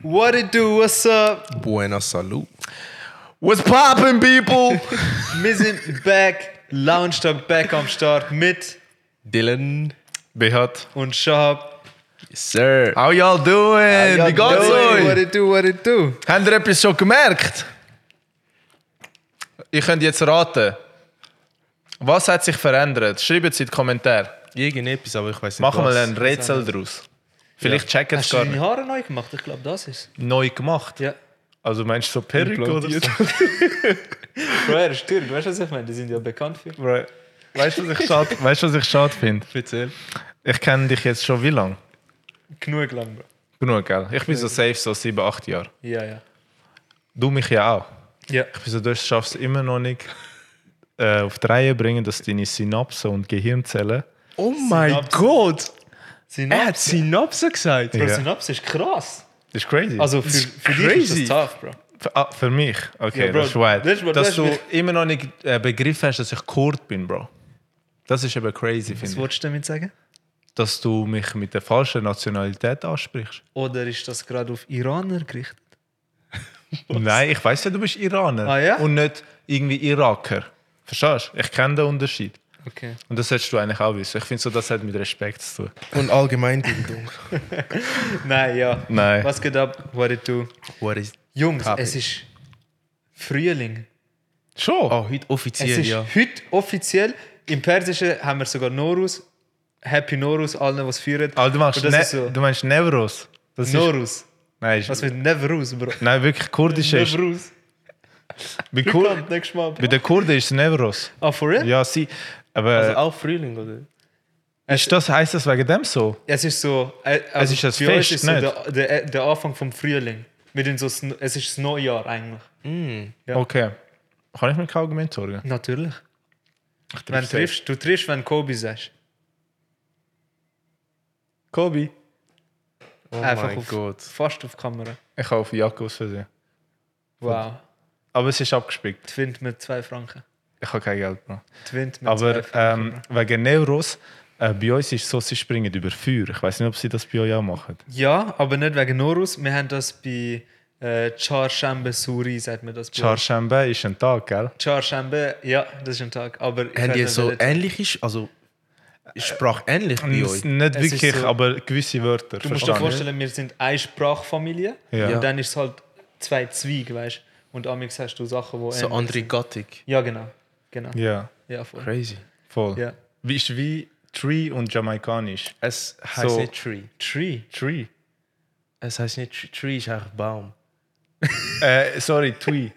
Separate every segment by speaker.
Speaker 1: What it do, what's up?
Speaker 2: Buena Salud.
Speaker 1: What's poppin', people? Wir sind back, Lounge Talk back am Start mit
Speaker 2: Dylan. Behat.
Speaker 1: und Shahab.
Speaker 2: Sir.
Speaker 3: How y'all
Speaker 1: Ähm,
Speaker 3: doing? Wie geht's
Speaker 1: Doei, What
Speaker 3: euch?
Speaker 1: it do, what it do?
Speaker 3: Habt ihr etwas schon gemerkt? Ihr könnt jetzt raten. Was hat sich verändert? Schreibt es in die Kommentare.
Speaker 2: Irgendetwas, aber ich weiß nicht.
Speaker 3: Machen
Speaker 2: was.
Speaker 3: wir ein Rätsel daraus. Vielleicht checken es
Speaker 1: Hast du
Speaker 3: gar
Speaker 1: deine
Speaker 3: nicht.
Speaker 1: Haare neu gemacht? Ich glaube, das ist.
Speaker 3: Neu gemacht.
Speaker 1: Ja.
Speaker 3: Also meinst du so Perücke oder so?
Speaker 1: Bro, er ist Türk, weißt du, was ich meine? Die sind ja bekannt für.
Speaker 3: Right. Weißt du, was ich schade, weißt du, was ich schade finde?
Speaker 2: Erzähl.
Speaker 3: Ich kenne dich jetzt schon wie lange?
Speaker 1: Genug lang, Bro.
Speaker 3: Genug, gell? Ich bin so safe, so 7, 8 Jahre.
Speaker 1: Ja, ja.
Speaker 3: Du mich ja auch.
Speaker 1: Ja.
Speaker 3: Ich bin so, du schaffst es immer noch nicht äh, auf die Reihe bringen, dass deine Synapsen und Gehirnzellen
Speaker 2: Oh mein Gott! Er hat
Speaker 1: Synapse.
Speaker 2: Synapse gesagt.
Speaker 1: Bro,
Speaker 3: Ja.
Speaker 1: Synapse ist krass.
Speaker 3: Das ist crazy.
Speaker 1: Also für,
Speaker 2: Das ist
Speaker 1: für dich ist das
Speaker 2: crazy.
Speaker 1: tough, Bro.
Speaker 3: für, ah, für mich, okay,
Speaker 1: Ja, Bro,
Speaker 3: das ist wild.
Speaker 1: das ist- das
Speaker 3: dass
Speaker 1: ist
Speaker 3: du
Speaker 1: mich-
Speaker 3: immer noch nicht äh, begriffen hast, dass ich Kurd bin, Bro. Das ist eben crazy,
Speaker 1: Was
Speaker 3: finde ich.
Speaker 1: wolltest du damit sagen?
Speaker 3: Dass du mich mit der falschen Nationalität ansprichst.
Speaker 1: Oder ist das gerade auf Iraner gerichtet?
Speaker 3: Nein, ich weiß ja, du bist Iraner
Speaker 1: Ah, ja?
Speaker 3: und nicht irgendwie Iraker. Verstehst du? Ich kenne den Unterschied.
Speaker 1: Okay.
Speaker 3: Und das hättest du eigentlich auch wissen. Ich finde so, das hat mit Respekt zu tun.
Speaker 2: Und allgemein Bildung.
Speaker 1: Nein, ja.
Speaker 3: Nein.
Speaker 1: Was geht ab? What it do?
Speaker 2: What is.
Speaker 1: Jungs,
Speaker 2: Papi.
Speaker 1: es ist Frühling.
Speaker 3: Schon?
Speaker 2: Oh, heute
Speaker 1: Es
Speaker 2: offiziell,
Speaker 1: ist
Speaker 2: ja.
Speaker 1: heute offiziell. Im Persischen haben wir sogar Norus. Happy Norus, allen, was feiern.
Speaker 3: Ah, du, meinst
Speaker 1: Und das
Speaker 3: ne
Speaker 1: ist so-
Speaker 3: du meinst Nevros? Das ist-
Speaker 1: Norus.
Speaker 3: nein, ist,
Speaker 1: Was mit Nevruz, Bro?
Speaker 3: nein, wirklich kurdisch ist.
Speaker 1: Nevruz.
Speaker 3: Bei, Kur
Speaker 1: Cool. Nächstes Mal.
Speaker 3: bei den Kurden ist es Nevros.
Speaker 1: Ah, for real?
Speaker 3: Ja, sie. Aber
Speaker 2: Also auch Frühling, oder?
Speaker 3: ist das, heißt das wegen dem so?
Speaker 1: Es ist so. äh, Also
Speaker 3: ist ein
Speaker 1: für uns
Speaker 3: Fest,
Speaker 1: so der,
Speaker 3: nicht?
Speaker 1: der, der Anfang vom Frühling. Mit den so, Sn- es ist das Neujahr eigentlich. Ja.
Speaker 3: Okay. Kann ich mir kein Argument sorgen?
Speaker 1: Natürlich.
Speaker 3: Ich
Speaker 1: Wenn du triffst, du triffst, wenn Kobe sagst.
Speaker 3: Kobi.
Speaker 2: Oh
Speaker 1: Einfach
Speaker 2: mein
Speaker 1: auf,
Speaker 2: Gott.
Speaker 1: fast auf Kamera.
Speaker 3: Ich habe auf Jacke aus Versehen.
Speaker 1: Wow.
Speaker 3: Aber es ist abgespickt.
Speaker 1: Twint mit zwei Franken.
Speaker 3: Ich habe kein Geld, Bro.
Speaker 1: Twint mit zwei
Speaker 3: Aber
Speaker 1: Franken.
Speaker 3: ähm, wegen Neuros, äh, bei uns ist es so, sie springen über Feuer. Ich weiß nicht, ob sie das bei euch auch machen.
Speaker 1: Ja, aber nicht wegen Norus. Wir haben das bei äh, Charshembe Suri, sagt man das. bei uns.
Speaker 3: Charchambe ist ein Tag, gell?
Speaker 1: Charshembe, ja, das ist ein Tag. Aber ich
Speaker 2: Haben
Speaker 1: weiß
Speaker 2: die
Speaker 1: nicht,
Speaker 2: so
Speaker 1: welche-
Speaker 2: ähnlich, also sprachähnlich bei euch?
Speaker 3: N- Nicht
Speaker 1: Es ist
Speaker 3: wirklich,
Speaker 1: so-
Speaker 3: aber gewisse Wörter.
Speaker 1: du musst dir
Speaker 3: verstanden?
Speaker 1: vorstellen, wir sind eine Sprachfamilie
Speaker 3: Ja.
Speaker 1: und dann ist es halt zwei Zweige, weißt du? Und amix hast du Sachen, wo
Speaker 2: So
Speaker 1: ähnlich
Speaker 2: andere
Speaker 1: sind.
Speaker 2: Gattung.
Speaker 1: Ja, genau. Genau. Ja,
Speaker 3: Ja,
Speaker 1: voll.
Speaker 2: Crazy.
Speaker 3: voll.
Speaker 1: Ja.
Speaker 3: Wie ist wie Tree und Jamaikanisch?
Speaker 2: Es heißt
Speaker 3: So-
Speaker 2: nicht Tree.
Speaker 1: Tree.
Speaker 3: Tree.
Speaker 2: Es heißt nicht Tree, Tree ist einfach Baum.
Speaker 3: Äh, sorry, Twee.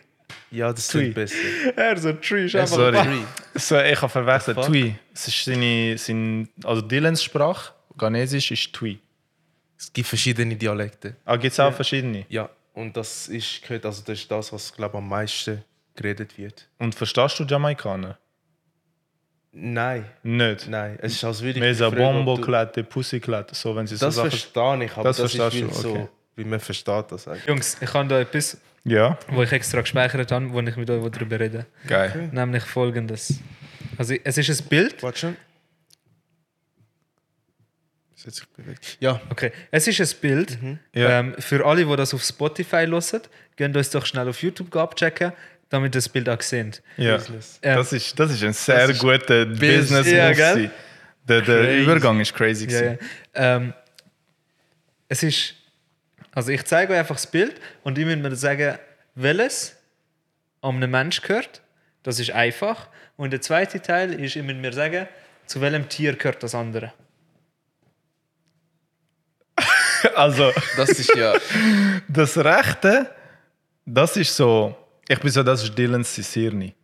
Speaker 2: Ja, das
Speaker 3: Tree.
Speaker 2: ist besser.
Speaker 1: Er so Tree ist
Speaker 3: Ja,
Speaker 1: einfach.
Speaker 3: sorry.
Speaker 2: Tree.
Speaker 3: So, ich habe verwechselt.
Speaker 2: The fuck?
Speaker 3: Twi. Es ist seine, sein, also Dylans Sprache, Ghanesisch, ist Twi.
Speaker 2: Es gibt verschiedene Dialekte.
Speaker 3: Ah, gibt es auch verschiedene.
Speaker 2: Ja, und das ist gehört, also das ist das, was glaube am meisten geredet wird.
Speaker 3: Und verstehst du Jamaikaner?
Speaker 2: Nein,
Speaker 3: Nicht.
Speaker 2: nein, es ist als würde ich dich
Speaker 3: Mesa
Speaker 2: fragen, ob
Speaker 3: Bombo
Speaker 2: du-
Speaker 3: klatte, Pussy klatte, so wenn sie so
Speaker 2: Das
Speaker 3: Sachen.
Speaker 2: verstehe ich, aber
Speaker 3: Das
Speaker 2: das, ist
Speaker 3: verstehst
Speaker 2: wirklich
Speaker 3: du, okay.
Speaker 2: so, wie man versteht das eigentlich.
Speaker 1: Jungs, ich habe da etwas,
Speaker 3: Ja,
Speaker 1: wo ich extra gespeichert habe, wo ich mit euch darüber reden
Speaker 3: geil.
Speaker 1: Nämlich folgendes. Also, es ist ein Bild.
Speaker 2: Warte schon. Es hat sich bewegt. Ja,
Speaker 1: Okay, es ist ein Bild.
Speaker 3: Ja.
Speaker 1: Ähm, für alle, die das auf Spotify hören, gehen uns doch schnell auf YouTube abchecken, damit ihr das Bild auch seht.
Speaker 3: Ja.
Speaker 2: Business.
Speaker 3: Das, ist, das ist ein sehr guter business
Speaker 1: Ja,
Speaker 3: Move
Speaker 1: gell?
Speaker 3: gewesen. Der, der
Speaker 2: Crazy.
Speaker 3: Übergang ist crazy.
Speaker 1: Ja,
Speaker 3: gewesen.
Speaker 1: ja. Ähm, es ist. Also, ich zeige euch einfach das Bild und ihr müsst mir sagen, welches an einem Mensch gehört. Das ist einfach. Und der zweite Teil ist, ihr müsst mir sagen, zu welchem Tier gehört das andere.
Speaker 3: Also,
Speaker 2: das ist ja.
Speaker 3: das Rechte, das ist so. Ich bin so, das ist Dylan's Sirni.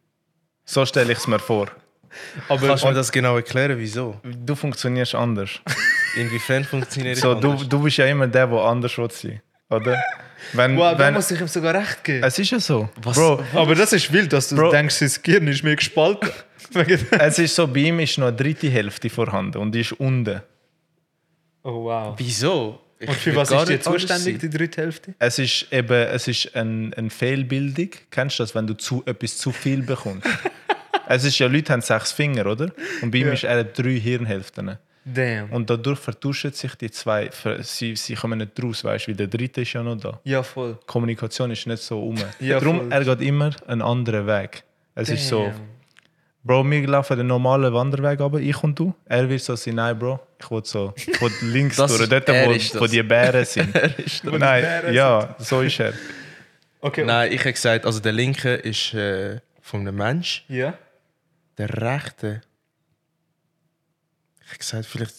Speaker 3: So stelle ich es mir vor.
Speaker 1: Aber
Speaker 2: Kannst du mir das genau erklären, wieso?
Speaker 3: Du funktionierst anders.
Speaker 2: Inwiefern funktioniert
Speaker 3: So,
Speaker 2: das?
Speaker 3: du, du bist ja immer der, der anders will sein oder? Wenn,
Speaker 1: wow, da
Speaker 3: wenn,
Speaker 1: muss ich ihm sogar recht geben.
Speaker 3: es ist ja so. Bro,
Speaker 1: Aber das ist wild, dass du
Speaker 3: Bro.
Speaker 1: denkst, das Gehirn ist mir gespalten.
Speaker 3: es ist so, bei ihm ist noch eine dritte Hälfte vorhanden und die ist unten.
Speaker 1: oh wow.
Speaker 2: Wieso? Ich
Speaker 1: Und für
Speaker 2: will
Speaker 1: was
Speaker 2: gar
Speaker 1: ist die
Speaker 2: nicht anders
Speaker 1: zuständig,
Speaker 2: sein.
Speaker 1: die dritte Hälfte?
Speaker 3: Es ist eben es ist ein, eine Fehlbildung. Kennst du das, wenn du zu, etwas zu viel bekommst? es ist ja, Leute haben sechs Finger, oder? Und bei ihm ist er hat drei Hirnhälften.
Speaker 1: Damn.
Speaker 3: Und dadurch vertuschen sich die zwei, ver- sie, sie kommen nicht raus, weißt du, weil der dritte ist ja noch da.
Speaker 1: Ja, voll.
Speaker 3: Kommunikation ist nicht so um.
Speaker 1: Ja,
Speaker 3: Darum,
Speaker 1: voll.
Speaker 3: er geht immer einen anderen Weg. Es ist so,
Speaker 1: Damn.
Speaker 3: Bro, wir laufen den normalen Wanderweg runter, ich und du. Er will so sein, nein, Bro, ich will so, ich will links
Speaker 4: Das
Speaker 3: durch,
Speaker 4: ist-
Speaker 3: dort,
Speaker 4: er
Speaker 3: wo,
Speaker 4: ist das.
Speaker 3: wo die Bären sind.
Speaker 1: Wo die
Speaker 3: nein,
Speaker 1: Bären
Speaker 3: ja, so ist er.
Speaker 1: Okay.
Speaker 2: Nein, ich habe gesagt, also der linke ist äh, von einem Mensch,
Speaker 1: Ja.
Speaker 2: der rechte. Ich habe gesagt, vielleicht.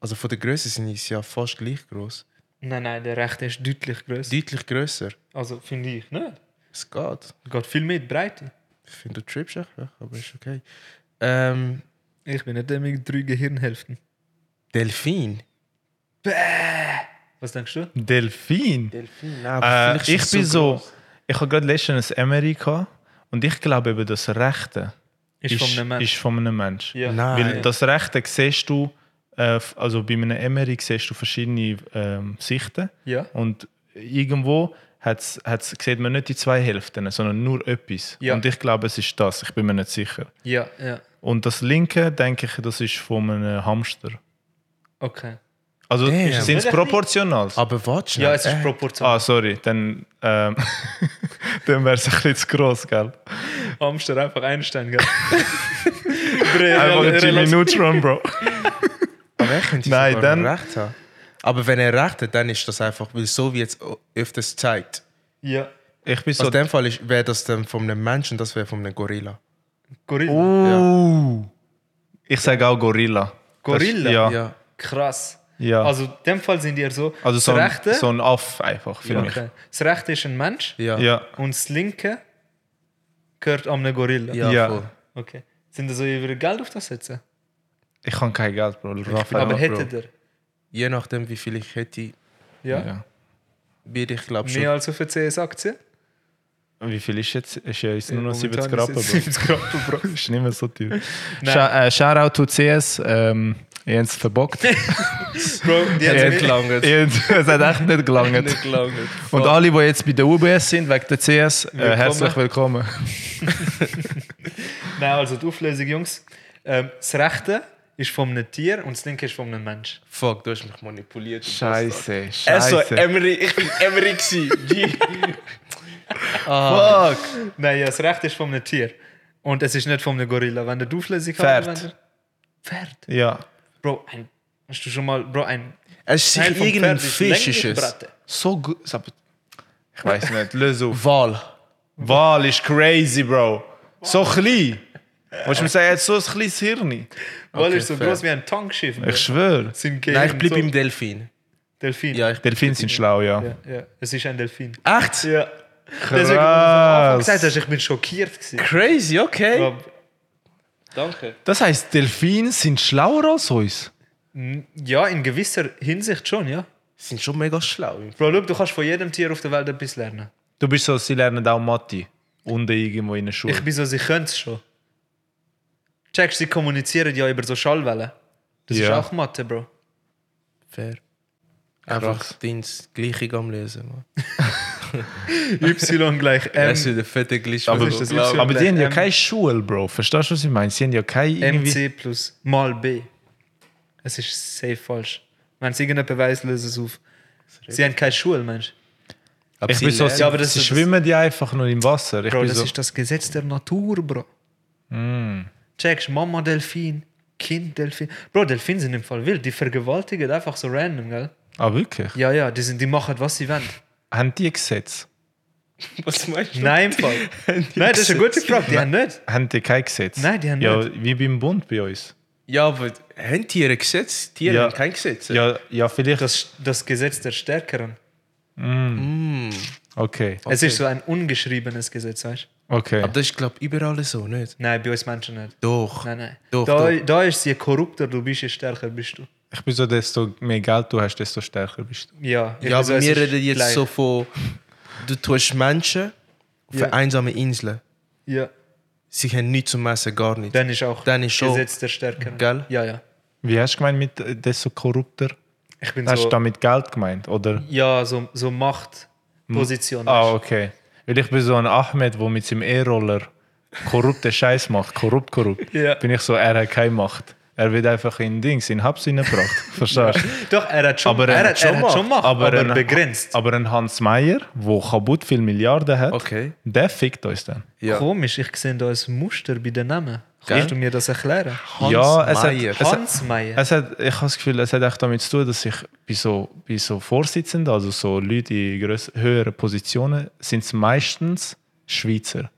Speaker 2: Also von der Größe sind sie ja fast gleich groß.
Speaker 1: Nein, nein, der rechte ist deutlich größer.
Speaker 2: Deutlich größer.
Speaker 1: Also finde ich, ne?
Speaker 2: Es geht.
Speaker 1: Geht viel mehr in die Breite.
Speaker 2: Ich finde, du trippst einfach, aber ist okay. Ähm,
Speaker 1: Ich bin nicht der mit drei Gehirnhälften.
Speaker 2: Delfin.
Speaker 1: Was denkst du?
Speaker 3: Delfin.
Speaker 2: Delfin,
Speaker 3: Äh, ich bin so, ich habe gerade letztens ein Emery gehabt und ich glaube eben, das Rechte
Speaker 1: Ist, von einem Mensch.
Speaker 3: Ist von einem Mensch.
Speaker 1: Ja.
Speaker 2: Nein.
Speaker 3: Weil das Rechte siehst du, äh, f- also bei einem Emery siehst du verschiedene ähm, Sichten
Speaker 1: Ja.
Speaker 3: und irgendwo hat's, hat's, sieht man nicht die zwei Hälften, sondern nur etwas.
Speaker 1: Ja.
Speaker 3: Und ich glaube, es ist das, ich bin mir nicht sicher.
Speaker 1: Ja, ja.
Speaker 3: Und das linke, denke ich, das ist von einem Hamster.
Speaker 1: Okay.
Speaker 3: Also sind
Speaker 2: Damn.
Speaker 3: es
Speaker 1: Wirklich?
Speaker 3: proportional?
Speaker 2: Aber warte schnell.
Speaker 1: Ja, es ist
Speaker 2: äh,
Speaker 1: proportional.
Speaker 3: Ah, sorry, dann, ähm, dann wäre es ein bisschen zu gross, gell?
Speaker 1: Hamster einfach Einstein, gell?
Speaker 3: Einfach ein Jimmy Neutron, Bro.
Speaker 2: Aber er könnte
Speaker 3: Nein,
Speaker 2: sogar
Speaker 3: dann-
Speaker 2: recht haben. Aber wenn er recht hat, dann ist das einfach, weil so wie jetzt öfters zeigt.
Speaker 1: Ja.
Speaker 3: Ich bin
Speaker 2: Also
Speaker 3: so.
Speaker 2: in dem Fall ist- wäre das dann von einem Menschen, das wäre von einem Gorilla.
Speaker 1: Gorilla.
Speaker 3: Oh. Ich sage auch Gorilla.
Speaker 1: Gorilla?
Speaker 3: Das, ja. ja.
Speaker 2: Ja.
Speaker 1: Krass.
Speaker 3: ja. Also,
Speaker 1: Also in dem Fall sind ihr so.
Speaker 3: so,
Speaker 1: das
Speaker 3: ein,
Speaker 1: rechte.
Speaker 3: so ein Aff einfach für mich.
Speaker 1: okay. Das rechte ist ein Mensch
Speaker 2: Ja.
Speaker 3: Ja.
Speaker 1: und das linke gehört an einen Gorilla.
Speaker 2: Ja,
Speaker 3: Ja.
Speaker 2: voll.
Speaker 1: Okay. Sind ihr so über Geld auf das setzen?
Speaker 3: Ich habe kein Geld, Bro. Raphael.
Speaker 1: Aber
Speaker 2: Bro.
Speaker 1: hättet ihr?
Speaker 2: Je nachdem, wie viel ich hätte,
Speaker 1: Ja.
Speaker 3: ja.
Speaker 2: würde ich glaube schon.
Speaker 1: Mehr als auf eine CS-Aktie?
Speaker 3: Wie viel ist jetzt? Ist ja jetzt nur noch 70
Speaker 1: Momentan
Speaker 3: Rappen,
Speaker 1: ist es
Speaker 3: Bro.
Speaker 1: 70 Rappen, Bro.
Speaker 3: Ist nicht mehr so teuer.
Speaker 1: Nein.
Speaker 3: Scha äh, Shoutout to CS. Ähm, ihr habt es verbockt. ihr
Speaker 1: Bro, die
Speaker 3: Ja,
Speaker 1: haben
Speaker 3: klar.
Speaker 1: ja,
Speaker 2: Gelangt.
Speaker 3: habt- es hat echt nicht gelangt.
Speaker 2: gelangt.
Speaker 3: Und alle, die jetzt bei der UBS sind, wegen der CS, äh,
Speaker 1: Willkommen.
Speaker 3: herzlich willkommen.
Speaker 1: Nein, also die Auflösung, Jungs. Ähm, das rechte ist von einem Tier und das linke ist von einem Mensch.
Speaker 2: Fuck, du hast mich manipuliert. du Bastard.
Speaker 3: Scheiße,
Speaker 2: Er so
Speaker 3: scheiße.
Speaker 2: Emery, ich bin Emery gewesen. G. ah,
Speaker 3: Fuck.
Speaker 1: Nein, ja, das rechte ist von einem Tier. Und es ist nicht von einem Gorilla. Wenn der die Auflösung
Speaker 3: Pferd.
Speaker 1: wenn der- Pferd.
Speaker 3: Ja.
Speaker 1: Bro, ein, hast du schon mal. Bro, ein
Speaker 2: es ist
Speaker 1: Teil
Speaker 2: sicher
Speaker 1: vom Pferd
Speaker 2: irgendein
Speaker 1: ist
Speaker 2: Fisch. Ist
Speaker 1: länglich,
Speaker 2: es.
Speaker 1: Bratte.
Speaker 3: So gut. Ich weiß nicht, löse auf.
Speaker 2: Wal.
Speaker 3: Wal ist crazy, Bro. So klein. Musst du mir sagen, er hat so ein kleines Hirn.
Speaker 1: Weil
Speaker 2: Okay,
Speaker 1: ist so
Speaker 2: fair.
Speaker 1: groß wie ein Tankschiff. Bro.
Speaker 3: Ich schwöre.
Speaker 1: Sind Gehirn
Speaker 2: Nein, ich bleibe
Speaker 1: so.
Speaker 2: im Delfin.
Speaker 1: Delfin.
Speaker 2: Ja, ich
Speaker 3: Delfine sind schlau, ja.
Speaker 1: ja, ja. Es ist ein Delfin.
Speaker 2: Echt?
Speaker 1: Ja. Deswegen, als du am Anfang
Speaker 3: Krass.
Speaker 1: gesagt hast, ich bin schockiert. Gewesen.
Speaker 2: Crazy, okay.
Speaker 1: Bro,
Speaker 2: Danke.
Speaker 3: Das heißt, Delfine sind schlauer als uns.
Speaker 1: n- ja, in gewisser Hinsicht schon, ja.
Speaker 2: Sind schon mega schlau.
Speaker 1: Bro, schau, du kannst von jedem Tier auf der Welt etwas lernen.
Speaker 3: Du bist so, sie lernen auch Mathe. Unten irgendwo in der Schule.
Speaker 1: Ich bin so, sie können es schon. Checkst, sie kommunizieren ja über so Schallwellen. Das
Speaker 3: Ja.
Speaker 1: ist auch Mathe, Bro.
Speaker 2: Fair. Einfach Dings Gleichung am Lesen. Man.
Speaker 1: Y gleich
Speaker 2: ist
Speaker 1: M.
Speaker 2: der fette Glitch.
Speaker 3: aber,
Speaker 2: was
Speaker 1: das ist
Speaker 2: ich glaub.
Speaker 1: so.
Speaker 3: aber die haben ja
Speaker 1: Ähm,
Speaker 3: keine Schule, Bro. Verstehst du, was ich meine? Sie haben ja keine irgendwie...
Speaker 1: MC plus mal B. Es ist safe falsch. Wenn es irgendeinen Beweis löst es auf. Sie haben keine Schule, Mensch.
Speaker 2: Aber
Speaker 3: Ich bin so,
Speaker 2: lernen.
Speaker 3: sie,
Speaker 1: Ja, aber das
Speaker 3: sie
Speaker 1: ist-
Speaker 3: schwimmen die einfach nur im Wasser. Ich
Speaker 1: Bro,
Speaker 3: bin
Speaker 1: das
Speaker 3: so, Mm.
Speaker 1: ist das Gesetz der Natur, Bro. Checkst, Mama Delfin, Kind Delfin. Bro, Delfin sind im Fall wild. Die vergewaltigen einfach so random, gell?
Speaker 3: ah, wirklich?
Speaker 1: Ja, ja, die, sind, die machen, was sie wollen.
Speaker 3: Haben die Gesetz?
Speaker 2: Was meinst du?
Speaker 1: Nein, im Fall. Nein, das ist eine gute Frage. Die haben nicht.
Speaker 3: Haben die kein Gesetz?
Speaker 1: Nein, die haben
Speaker 3: ja, Wie beim Bund bei uns.
Speaker 2: Ja, aber haben Tiere ein Gesetz? Tiere
Speaker 3: Ja.
Speaker 2: haben kein Gesetz.
Speaker 3: Ja, ja vielleicht.
Speaker 1: äh, Das, das Gesetz der Stärkeren.
Speaker 3: okay,
Speaker 1: Es ist so ein ungeschriebenes Gesetz, weißt du?
Speaker 3: okay.
Speaker 2: Aber das ist, glaube ich, überall so, nicht?
Speaker 1: Nein, bei uns Menschen nicht.
Speaker 2: Doch.
Speaker 1: Nein, nein.
Speaker 2: Doch,
Speaker 1: da,
Speaker 2: doch.
Speaker 1: da ist je korrupter du bist, je stärker bist du.
Speaker 3: Ich bin so, desto mehr Geld du hast, desto stärker bist du.
Speaker 1: Ja, ich
Speaker 2: Ja,
Speaker 1: weiß,
Speaker 2: aber
Speaker 1: es
Speaker 2: wir
Speaker 1: ist
Speaker 2: reden jetzt
Speaker 1: gleich.
Speaker 2: so von, du tust Menschen auf
Speaker 1: Ja.
Speaker 2: einsame Inseln.
Speaker 1: Ja,
Speaker 2: Sie haben nichts zum Essen, gar nichts.
Speaker 1: dann ist auch
Speaker 2: Dann ist schon-
Speaker 1: Gesetz der Stärkeren.
Speaker 2: Gell?
Speaker 1: Ja, ja.
Speaker 3: Wie hast du gemeint mit äh, desto korrupter?
Speaker 1: Ich bin
Speaker 3: Hast du
Speaker 1: so. Mhm.
Speaker 3: damit Geld gemeint, oder?
Speaker 1: Ja, so, so Machtposition.
Speaker 2: Hm.
Speaker 3: Ah, okay. Weil ich bin so ein Ahmed, der mit seinem E-Roller korrupte Scheiß macht, korrupt, korrupt,
Speaker 1: Ja.
Speaker 3: bin ich so, er hat keine Macht. Er wird einfach in Dings, in Hubs hineingebracht. Verstehst du?
Speaker 1: Doch, er hat schon,
Speaker 3: Aber
Speaker 1: er hat, er hat schon Macht, aber,
Speaker 3: ein-
Speaker 1: begrenzt.
Speaker 3: Aber ein Hans Meier, der kaputt viele Milliarden hat,
Speaker 2: Okay.
Speaker 3: der fickt uns dann.
Speaker 2: Ja.
Speaker 1: Komisch, ich sehe da ein Muster bei den Namen.
Speaker 2: Gell?
Speaker 1: Kannst du mir das erklären?
Speaker 2: Hans
Speaker 3: ja, es
Speaker 2: Meyer.
Speaker 3: hat. Es hat
Speaker 1: Hans Meier.
Speaker 3: es hat, ich habe das Gefühl, es hat echt damit zu tun, dass ich bei so, bei so Vorsitzenden, also so Leute in gröss, höheren Positionen, sind es meistens Schweizer.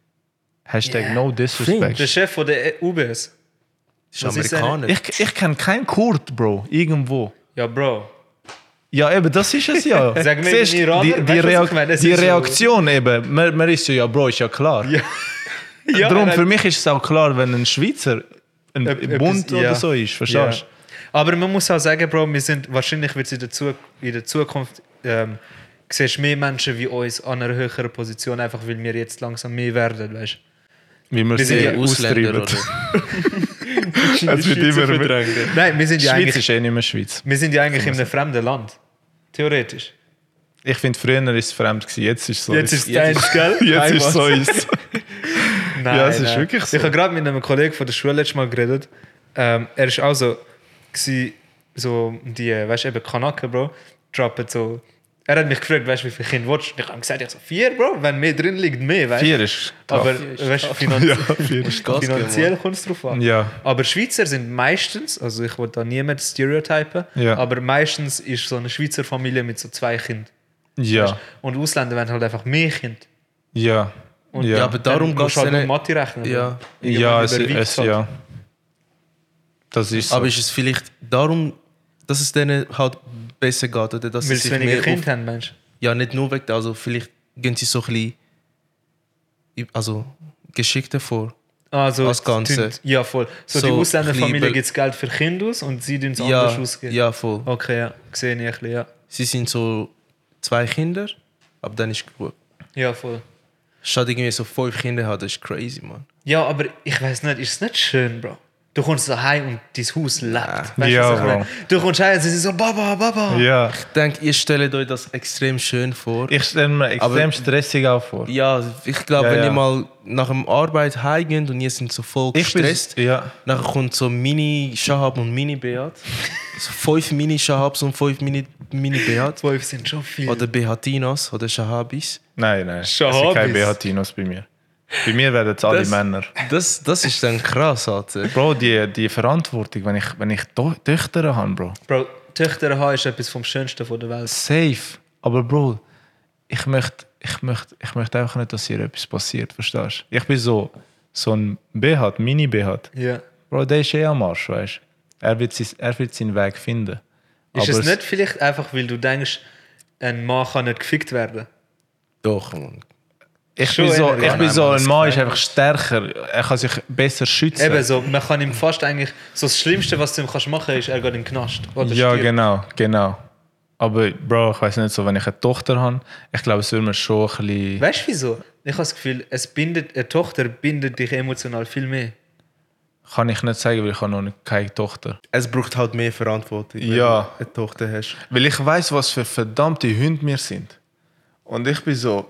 Speaker 3: Hashtag
Speaker 1: Yeah.
Speaker 3: no
Speaker 1: Der
Speaker 3: disrespect.
Speaker 1: Chef von der E UBS.
Speaker 2: ist
Speaker 1: Was ist
Speaker 2: Amerikaner.
Speaker 3: Ich, ich kenne keinen Kurt, Bro, irgendwo.
Speaker 1: Ja, Bro.
Speaker 3: Ja, eben, das ist es ja.
Speaker 1: Sag mir,
Speaker 3: Siehst,
Speaker 1: in Iran,
Speaker 3: die,
Speaker 1: weißt
Speaker 3: die,
Speaker 1: du, was
Speaker 3: Reak
Speaker 1: ich meine? Es
Speaker 3: die
Speaker 1: ist so-
Speaker 3: Reaktion eben. Man, man ist so, ja, Bro, ist ja klar.
Speaker 1: Ja,
Speaker 3: Darum,
Speaker 1: er hat-
Speaker 3: für mich ist es auch klar, wenn ein Schweizer ein
Speaker 1: Ep-
Speaker 3: Bund
Speaker 1: etwas- ja.
Speaker 3: oder so ist, verstehst
Speaker 1: Ja. Aber man muss auch sagen, Bro, wir sind, wahrscheinlich wird es in der, Zu in der Zukunft ähm, siehst du mehr Menschen wie uns an einer höheren Position, einfach weil wir jetzt langsam mehr werden, weißt du?
Speaker 3: du? Wie wir
Speaker 1: sind ja
Speaker 3: sie austreiben. Es wird immer mehr.
Speaker 1: Nein, wir sind ja
Speaker 3: Schweiz
Speaker 1: eigentlich,
Speaker 3: ist eh nicht mehr Schweiz.
Speaker 1: wir sind ja eigentlich in einem fremden Land. Theoretisch.
Speaker 3: Ich finde, früher war es fremd, gewesen, jetzt ist es so.
Speaker 1: es deins, gell?
Speaker 3: jetzt ist es so. Ist.
Speaker 1: Nein,
Speaker 3: Ja, es ist wirklich so.
Speaker 1: Ich habe gerade mit einem Kollegen von der Schule letztes Mal geredet. Ähm, er ist auch so, gsi- so die, äh, weißt du, eben Kanaken, Bro, trappen so. Er hat mich gefragt, weißt du, wie viele Kinder willst du? Und Ich habe gesagt, ich so, vier, Bro, wenn mehr drin liegt, mehr, weißt du.
Speaker 3: Vier ist
Speaker 1: Aber
Speaker 3: tough.
Speaker 1: weißt, du, finanz
Speaker 3: ja, vier ist
Speaker 2: Gas geben,
Speaker 1: finanziell kommt es drauf an.
Speaker 3: Ja.
Speaker 1: Aber Schweizer sind meistens, also ich will da niemand stereotypen,
Speaker 3: Ja.
Speaker 1: aber meistens ist so eine Schweizer Familie mit so zwei Kindern.
Speaker 3: Ja,
Speaker 1: Und Ausländer wollen halt einfach mehr Kinder.
Speaker 3: ja.
Speaker 1: Und
Speaker 3: ja,
Speaker 2: Ja, aber darum
Speaker 1: Dann
Speaker 2: geht
Speaker 1: musst
Speaker 2: es
Speaker 1: du halt nur
Speaker 2: halt
Speaker 1: Mathe rechnen.
Speaker 2: Ja.
Speaker 3: ja,
Speaker 1: man
Speaker 3: es,
Speaker 1: überwiegt
Speaker 3: es,
Speaker 1: halt.
Speaker 3: ja. Das ist so.
Speaker 2: Aber ist es vielleicht darum, dass es denen halt besser geht oder dass
Speaker 1: Weil es
Speaker 2: sie sich
Speaker 1: weniger
Speaker 2: mehr
Speaker 1: Kinder
Speaker 2: auf,
Speaker 1: haben, Mensch.
Speaker 2: Ja, nicht nur weg, also vielleicht gehen sie so ein bisschen i- also, geschickter vor.
Speaker 1: Also,
Speaker 2: Als
Speaker 1: es
Speaker 2: Ganze.
Speaker 1: tun- Ja, voll. So,
Speaker 2: So
Speaker 1: die
Speaker 2: ein
Speaker 1: Ausländerfamilie
Speaker 2: bisschen-
Speaker 1: gibt Geld für Kinder aus und sie tun es anders
Speaker 2: Ja,
Speaker 1: ausgeben.
Speaker 2: ja, voll.
Speaker 1: Okay, ja. Sehe ich ein bisschen, ja.
Speaker 2: Sie sind so zwei Kinder, aber dann ist gut.
Speaker 1: Ja, voll.
Speaker 2: Statt irgendwie so fünf Kinder hat, das ist crazy, man.
Speaker 1: Ja, aber ich weiß nicht, ist es nicht schön, Bro? Du kommst daheim und dein Haus lebt. Weißt du,
Speaker 3: Ja,
Speaker 1: was ich meine?
Speaker 3: Bro.
Speaker 1: Du kommst heim und sie sind so, Baba, Baba.
Speaker 3: ja.
Speaker 2: Ich denke, ihr stellt euch das extrem schön vor.
Speaker 3: Ich stelle mir extrem
Speaker 2: Aber-
Speaker 3: stressig auch vor.
Speaker 2: Ja, ich glaube,
Speaker 3: Ja,
Speaker 2: wenn
Speaker 3: ja.
Speaker 2: ihr mal nach dem Arbeit heimgeht und ihr sind so voll
Speaker 3: Ich bin-
Speaker 2: gestresst,
Speaker 3: ja.
Speaker 2: nachher kommt so Mini Shahab und Mini Beat. So fünf Mini Shahabs und fünf Mini, Mini Beat.
Speaker 1: Zwölf sind schon viel.
Speaker 2: Oder Beatinas oder Shahabis.
Speaker 3: Nein, nein. Es sind
Speaker 1: Schahabis.
Speaker 3: keine Behatinos bei mir. Bei mir werden es alle
Speaker 2: Das-
Speaker 3: Männer.
Speaker 2: Das, das ist dann krass, Alter.
Speaker 3: Bro, die, die Verantwortung, wenn ich, wenn ich To- Töchter habe, Bro.
Speaker 1: Bro, Töchter haben ist etwas vom Schönsten von der Welt.
Speaker 3: Safe. Aber Bro, ich möchte, ich möchte, ich möchte einfach nicht, dass hier etwas passiert, verstehst du? Ich bin so, so ein Behat, Mini-Behat.
Speaker 1: Ja.
Speaker 3: Bro, der ist eh am Arsch, weißt du? Er wird, sein, er wird seinen Weg finden.
Speaker 1: Ist
Speaker 3: Aber
Speaker 1: es nicht vielleicht einfach, weil du denkst, ein Mann kann nicht gefickt werden?
Speaker 2: Doch, Mann.
Speaker 3: Ich
Speaker 1: schon
Speaker 3: bin so,
Speaker 1: eher-
Speaker 3: ich
Speaker 1: Ja,
Speaker 3: bin
Speaker 2: nein,
Speaker 3: so
Speaker 2: Mann,
Speaker 3: ein
Speaker 2: das
Speaker 3: Mann ist einfach stärker. Er kann sich besser schützen.
Speaker 1: Eben so, man kann ihm fast eigentlich, so das Schlimmste, was du ihm kannst machen kannst, ist, er geht in den Knast. Oder
Speaker 3: Ja,
Speaker 1: stirbt.
Speaker 3: genau, genau. Aber Bro, ich weiß nicht so, wenn ich eine Tochter habe, ich glaube, es würde mir schon ein bisschen.
Speaker 1: Weißt du wieso? Ich habe das Gefühl, es bindet, eine Tochter bindet dich emotional viel mehr.
Speaker 3: Kann ich nicht sagen, weil ich habe noch nicht- keine Tochter.
Speaker 2: Es braucht halt mehr Verantwortung, wenn
Speaker 3: Ja.
Speaker 2: du eine Tochter hast.
Speaker 3: Weil ich weiß, was für verdammte Hunde wir sind. Und ich bin so,